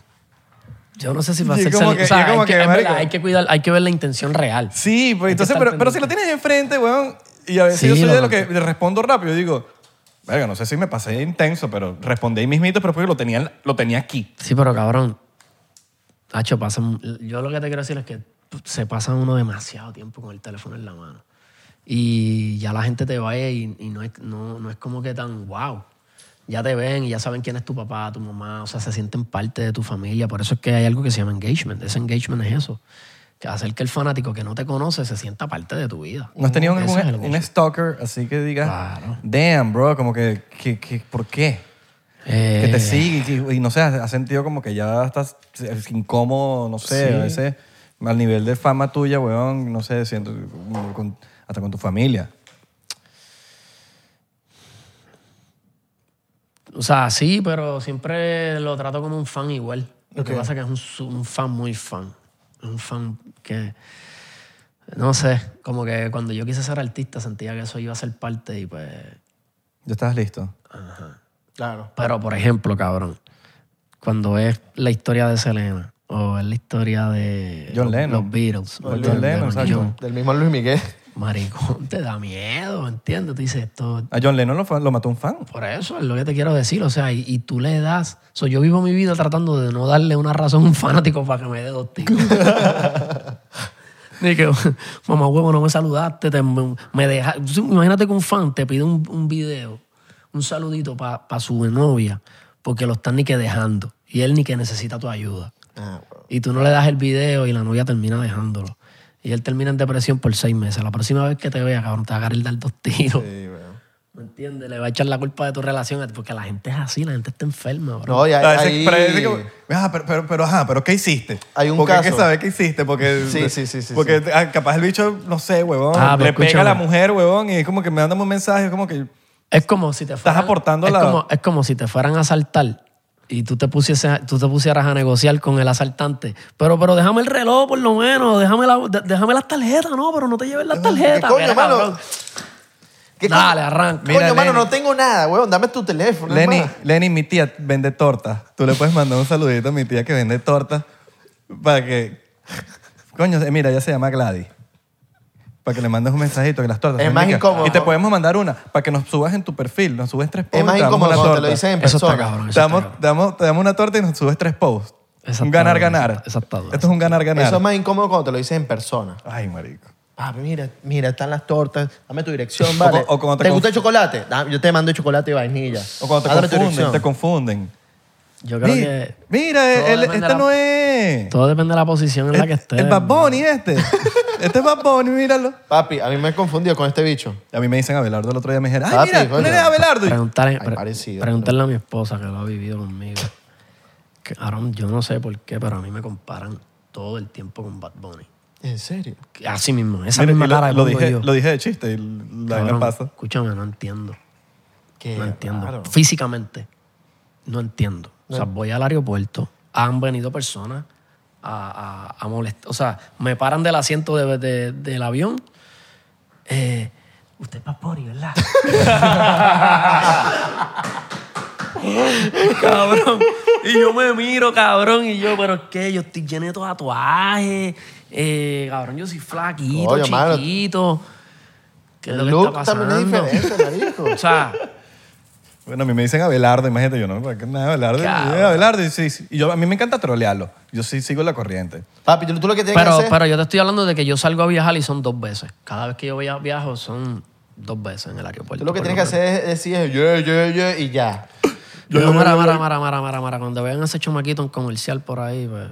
Speaker 1: Yo no sé si va a
Speaker 3: Y
Speaker 1: ser
Speaker 3: como
Speaker 1: sali-
Speaker 3: que-
Speaker 1: o sea,
Speaker 3: y como
Speaker 1: hay, que,
Speaker 3: que,
Speaker 1: es verdad,
Speaker 3: marico.
Speaker 1: hay que cuidar, hay que ver la intención real.
Speaker 3: Sí, pero,
Speaker 1: Hay que
Speaker 3: entonces,
Speaker 1: estar
Speaker 3: pero, pero si lo
Speaker 1: pendiente.
Speaker 3: tienes enfrente, weón, y a veces
Speaker 1: Sí,
Speaker 3: yo soy
Speaker 1: lo
Speaker 3: de lo que
Speaker 1: noté.
Speaker 3: le respondo rápido, yo digo, verga, no sé si me pasé intenso, pero respondí ahí mismito, pero porque lo tenía, lo tenía aquí.
Speaker 1: Sí, pero cabrón. Hacho, pasan. Yo lo que te quiero decir es que se pasa uno demasiado tiempo con el teléfono en la mano. Y ya la gente te ve y, y no, es, no, no es como que tan wow. Ya te ven y ya saben quién es tu papá, tu mamá, o sea, se sienten parte de tu familia. Por eso es que hay algo que se llama engagement. Ese engagement es eso. Que hacer que el fanático que no te conoce se sienta parte de tu vida.
Speaker 3: ¿No has tenido
Speaker 1: Ese
Speaker 3: algún
Speaker 1: es
Speaker 3: e-,
Speaker 1: el
Speaker 3: un stalker así que digas,
Speaker 1: Claro.
Speaker 3: damn, bro, como que, que- que- ¿por qué?
Speaker 1: Eh,
Speaker 3: Que te sigue y, que- y no sé, has sentido como que ya estás incómodo, no sé, a veces al nivel de fama tuya, weón, no sé, siento, como con- hasta con tu familia.
Speaker 1: O sea, sí, pero siempre lo trato como un fan igual. Lo que pasa es que es un, su- un fan muy fan. Un fan que. No sé, como que cuando yo quise ser artista sentía que eso iba a ser parte y pues.
Speaker 3: ¿Ya estás listo?
Speaker 2: Claro.
Speaker 1: Pero por ejemplo, cabrón, cuando es la historia de Selena o es la historia de
Speaker 3: John
Speaker 1: los,
Speaker 3: Lennon.
Speaker 1: los Beatles, o
Speaker 3: John Lennon, exacto.
Speaker 1: John,
Speaker 2: Del mismo Luis Miguel.
Speaker 1: maricón, te da miedo, ¿entiendes? Tú dices esto,
Speaker 3: A John Lennon lo, fue- lo mató un fan.
Speaker 1: Por eso es lo que te quiero decir. O sea, y, y tú le das. O sea, yo vivo mi vida tratando de no darle una razón a un fanático para que me dé dos tiros. Ni que, mamá huevo, no me saludaste. te- me deja, Sí, imagínate que un fan te pide un, un video, un saludito para su novia, porque lo están ni que dejando. Y él ni que necesita tu ayuda.
Speaker 2: Ah, bueno.
Speaker 1: Y tú no le das el video y la novia termina dejándolo. Y él termina en depresión por seis meses. La próxima vez que te vea, cabrón, te va a querer dar dos tiros.
Speaker 2: Sí, bueno.
Speaker 1: ¿Me entiendes? Le va a echar la culpa de tu relación a ti, porque la gente es así, la gente está enferma, bro.
Speaker 2: No, y hay,
Speaker 3: O sea, ese-
Speaker 2: ahí-
Speaker 3: pero, ese como, "Ah, pero, pero, pero, ajá, pero ¿qué hiciste?
Speaker 2: Hay un
Speaker 3: porque Hay que
Speaker 2: caso.
Speaker 3: saber qué hiciste, porque.
Speaker 2: Sí, sí, sí, sí,
Speaker 3: Porque ah, capaz el bicho, no sé, huevón,
Speaker 1: Ah, pero
Speaker 3: le pega a
Speaker 1: escúchame.
Speaker 3: la mujer, huevón, y es como que me mandan un mensaje, es como que.
Speaker 1: Es como si te fueran,
Speaker 3: aportando
Speaker 1: es
Speaker 3: la-
Speaker 1: Como, es como si te fueran a asaltar y tú te, pusieses, tú te pusieras a negociar con el asaltante. Pero, pero déjame el reloj, por lo menos. Déjame, la- de- déjame las tarjetas, no, pero no te lleves las tarjetas.
Speaker 2: ¿Qué coño,
Speaker 1: Mira,
Speaker 2: mano?
Speaker 1: cabrón.
Speaker 2: ¿Qué
Speaker 1: Dale,
Speaker 2: coño?
Speaker 1: arranca.
Speaker 2: Coño,
Speaker 3: Mira,
Speaker 2: mano,
Speaker 3: Lenny.
Speaker 2: no tengo nada, weón. Dame tu teléfono.
Speaker 3: Lenny,
Speaker 2: hermano.
Speaker 3: Lenny, mi tía vende tortas. Tú le puedes mandar un saludito a mi tía que vende tortas para que. Coño, eh, mira, ella se llama Gladys. Para que le mandes un mensajito que las tortas.
Speaker 2: Es
Speaker 3: son
Speaker 2: más
Speaker 3: ricas.
Speaker 2: incómodo.
Speaker 3: Y te podemos mandar una para que nos subas en tu perfil. Nos subes tres posts.
Speaker 2: Es más
Speaker 3: te damos
Speaker 2: incómodo
Speaker 3: una
Speaker 2: cuando te
Speaker 3: torta.
Speaker 2: lo dicen en
Speaker 1: Eso está
Speaker 2: persona.
Speaker 1: cabrón.
Speaker 3: Te
Speaker 1: Eso
Speaker 3: damos,
Speaker 1: está cabrón.
Speaker 3: te damos- te damos una torta y nos subes tres posts.
Speaker 1: Esa
Speaker 3: Un
Speaker 1: está dura,
Speaker 3: ganar-ganar.
Speaker 1: esa está dura.
Speaker 3: Esto es un ganar-ganar.
Speaker 2: Eso es más incómodo cuando te lo dices en persona.
Speaker 3: Ay, marico.
Speaker 2: Papi, mira, mira, están las tortas. Dame tu dirección, vale.
Speaker 3: cu- o cuando te
Speaker 2: te,
Speaker 3: conf-
Speaker 2: gusta el chocolate? Da- yo te mando chocolate y vainilla.
Speaker 3: O cuando te
Speaker 2: Dame tu
Speaker 3: confunden,
Speaker 2: dirección.
Speaker 3: te confunden.
Speaker 1: Yo creo
Speaker 3: Mi-
Speaker 1: que
Speaker 3: Mira,
Speaker 1: todo
Speaker 3: el-
Speaker 1: depende
Speaker 3: este
Speaker 1: de la-
Speaker 3: no es...
Speaker 1: todo depende de la posición en la que estés.
Speaker 3: el Bad Bunny este. este es Bad Bunny, míralo.
Speaker 2: Papi, a mí me he confundido con este bicho.
Speaker 3: A mí me dicen Abelardo el otro día, me dijeron, ay,
Speaker 2: Papi,
Speaker 3: mira, tú no
Speaker 2: coño.
Speaker 3: eres Abelardo. Y-
Speaker 1: Preguntarle,
Speaker 2: Ay,
Speaker 1: pre-
Speaker 2: parecido,
Speaker 1: preguntarle a mi esposa que lo ha vivido conmigo. Que, Aaron, yo no sé por qué, pero a mí me comparan todo el tiempo con Bad Bunny.
Speaker 2: ¿En serio?
Speaker 1: Así mismo, esa
Speaker 3: Mira,
Speaker 1: misma
Speaker 3: y lo,
Speaker 1: cara
Speaker 3: lo
Speaker 1: pongo
Speaker 3: dije,
Speaker 1: yo.
Speaker 3: lo dije de chiste y la vaina
Speaker 1: Cabrón,
Speaker 3: pasa.
Speaker 1: Escúchame, no entiendo.
Speaker 2: Qué
Speaker 1: No entiendo.
Speaker 2: raro.
Speaker 1: Eh, Físicamente, no entiendo. O sea, voy al aeropuerto, han venido personas a, a, molestar. O sea, me paran del asiento de- de- del avión. Eh, usted es Papori, ¿verdad? cabrón. Y yo me miro, cabrón, y yo, pero ¿qué? Yo estoy lleno de tatuajes. Eh, cabrón, yo soy flaquito,
Speaker 2: Coño, mano.
Speaker 1: chiquito. ¿Qué es lo
Speaker 2: El
Speaker 1: que
Speaker 2: look
Speaker 1: está
Speaker 2: también es
Speaker 1: pasando?
Speaker 2: diferente, marico.
Speaker 1: O sea,
Speaker 3: Bueno, a mí me dicen Abelardo, imagínate, yo no, ¿para qué nada, Abelardo? Y
Speaker 1: Cabrón.
Speaker 3: Abelardo, y, sí, sí. y yo, a mí me encanta trolearlo. Yo sí sigo la corriente.
Speaker 2: Papi, tú tú lo que tienes
Speaker 1: pero,
Speaker 2: que hacer...
Speaker 1: pero yo te estoy hablando de que yo salgo a viajar y son dos veces. Cada vez que yo via- viajo son dos veces en el aeropuerto.
Speaker 2: Tú lo que
Speaker 1: por
Speaker 2: tienes que
Speaker 1: menos.
Speaker 2: hacer es decir, yo, yo, yo, y ya.
Speaker 1: Yo, mara, mara, mara, mara, mara, mara. Cuando vean ese chumaquito en comercial por ahí, pues,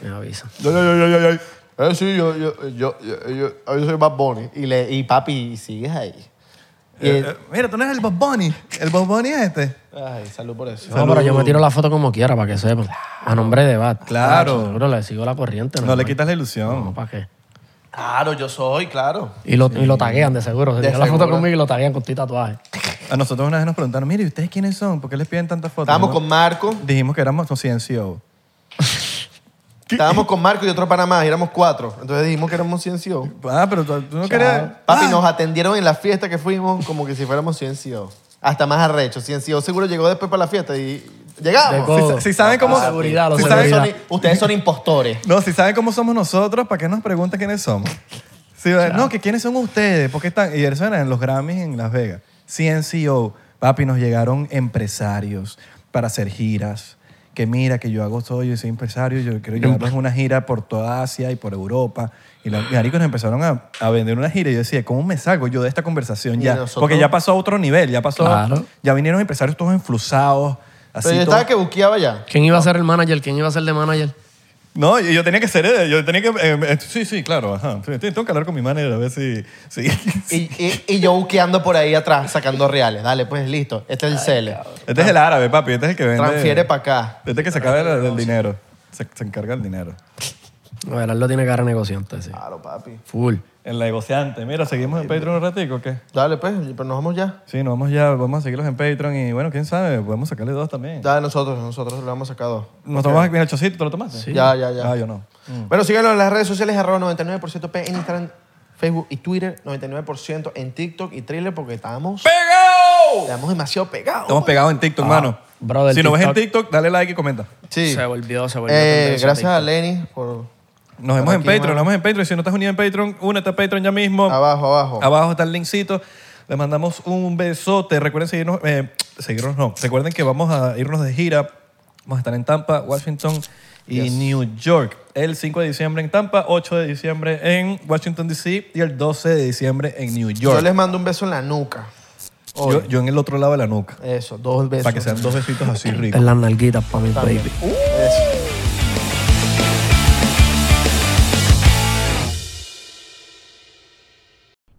Speaker 1: me avisan.
Speaker 2: Yo, yo, yo, yo, yo, yo. Eh, sí, yo, yo, yo, yo, yo, yo soy Bad Bunny. Y, le, y papi, y sigues ahí. Y-
Speaker 3: Eh, eh, mira, tú no eres el Bob Bunny. El Bob Bunny es este.
Speaker 2: ay, salud por eso.
Speaker 1: No, pero yo me tiro la foto como quiera para que sepan. A nombre de Bat.
Speaker 3: Claro.
Speaker 1: Macho, Seguro le sigo la corriente.
Speaker 3: No le
Speaker 1: man.
Speaker 3: quitas la ilusión.
Speaker 1: No, ¿para qué?
Speaker 2: Claro, yo soy, claro.
Speaker 1: Y lo, y lo taguean de seguro. Se
Speaker 2: De
Speaker 1: tiran la foto
Speaker 2: seguro.
Speaker 1: conmigo y lo taguean con tu tatuaje.
Speaker 3: A nosotros una vez nos preguntaron, mire, ¿y ustedes quiénes son? ¿Por qué les piden tantas fotos?
Speaker 2: Estábamos
Speaker 3: ¿No?
Speaker 2: con Marco,
Speaker 3: Dijimos que éramos CNCO.
Speaker 2: estábamos con Marco y otro pana más, y éramos cuatro. Entonces dijimos que éramos 100 CEO.
Speaker 3: Ah, pero tú, tú no querías...
Speaker 2: Papi,
Speaker 3: Ah,
Speaker 2: nos atendieron en la fiesta que fuimos como que si fuéramos 100 CEO. Hasta más arrecho. 100 CEO seguro llegó después para la fiesta y
Speaker 1: De
Speaker 2: llegamos. Ah,
Speaker 1: codo.
Speaker 3: si- si saben cómo-
Speaker 1: Lo seguridad, lo
Speaker 3: si
Speaker 2: Ustedes
Speaker 1: seguridad.
Speaker 2: son, ustedes son impostores.
Speaker 3: No, si saben cómo somos nosotros, ¿para qué nos preguntan quiénes somos? Sí, ¿verdad? no, que quiénes son ustedes, porque están... Y eso era en los Grammys en Las Vegas. CNCO. Papi, nos llegaron empresarios para hacer giras. Que mira, que yo hago todo, yo soy empresario, yo quiero llevarles una gira por toda Asia y por Europa. Y los maricos nos empezaron a, a vender una gira. Y yo decía, ¿cómo me salgo yo de esta conversación
Speaker 2: Y
Speaker 3: ya?
Speaker 2: nosotros-
Speaker 3: Porque ya pasó a otro nivel, ya pasó...
Speaker 1: Claro.
Speaker 3: Ya vinieron empresarios todos enflusados. Así
Speaker 2: Pero yo
Speaker 3: todos-
Speaker 2: estaba que buqueaba ya.
Speaker 1: ¿Quién iba a ser el manager? ¿Quién iba a ser de manager?
Speaker 3: No, yo yo tenía que ser, eh, yo tenía que, eh, eh, sí, sí, claro, ajá. Sí, Tengo que hablar con mi manager a ver si, si- este
Speaker 2: Y, y- y yo buqueando por ahí atrás, sacando reales. Dale, pues listo. Este es el cele.
Speaker 3: Este es el árabe, papi, este es el que vende.
Speaker 2: Transfiere para acá.
Speaker 3: Este es el que se acaba el, el dinero, se, se encarga el dinero.
Speaker 1: A ver, él lo tiene cara de negociante, sí.
Speaker 2: Claro, papi.
Speaker 1: Full.
Speaker 3: El negociante, mira, seguimos en Patreon un ratico, ¿o ¿qué?
Speaker 2: Dale, pues, pero nos vamos ya.
Speaker 3: Sí, nos vamos ya, vamos a seguirlos en Patreon y bueno, quién sabe, podemos sacarle dos también.
Speaker 2: Dale, nosotros, nosotros le vamos a sacar dos.
Speaker 3: Nos tomamos, mira, el chocito, ¿te lo tomaste?
Speaker 1: Sí.
Speaker 2: Ya, ya, ya.
Speaker 3: Ah, yo no.
Speaker 1: Mm.
Speaker 2: Bueno, síganos en las redes sociales, arroba 99% P en Instagram, Facebook y Twitter, 99% en TikTok y Thriller, porque estamos,
Speaker 3: ¡Pegado!
Speaker 2: estamos demasiado pegados.
Speaker 3: Estamos pegados en
Speaker 2: Ah,
Speaker 3: TikTok, mano.
Speaker 1: brother,
Speaker 3: si nos ves en
Speaker 1: TikTok.
Speaker 3: TikTok, dale like y comenta.
Speaker 2: Sí.
Speaker 1: Se volvió, se volvió.
Speaker 2: Eh,
Speaker 1: tendencia
Speaker 2: gracias
Speaker 1: TikTok.
Speaker 2: a Lenny por... Por
Speaker 3: Nos vemos en
Speaker 2: aquí,
Speaker 3: Patreon,
Speaker 2: mano. Ah,
Speaker 3: nos vemos en Patreon. Si no estás unido en Patreon, únete a Patreon ya mismo.
Speaker 2: Abajo, abajo.
Speaker 3: Abajo está el linkcito. Les mandamos un besote. Recuerden seguirnos, eh, seguirnos no. Recuerden que vamos a irnos de gira. Vamos a estar en Tampa, Washington y New York. El 5 de diciembre en Tampa, 8 de diciembre en Washington DC y el 12 de diciembre en New
Speaker 2: Yo
Speaker 3: York.
Speaker 2: les mando un beso en la nuca.
Speaker 3: Yo, yo en el otro lado de la nuca.
Speaker 2: Eso, dos besos.
Speaker 3: Para que sean dos besitos así ricos.
Speaker 1: En las nalguitas para mi baby.
Speaker 2: Eso.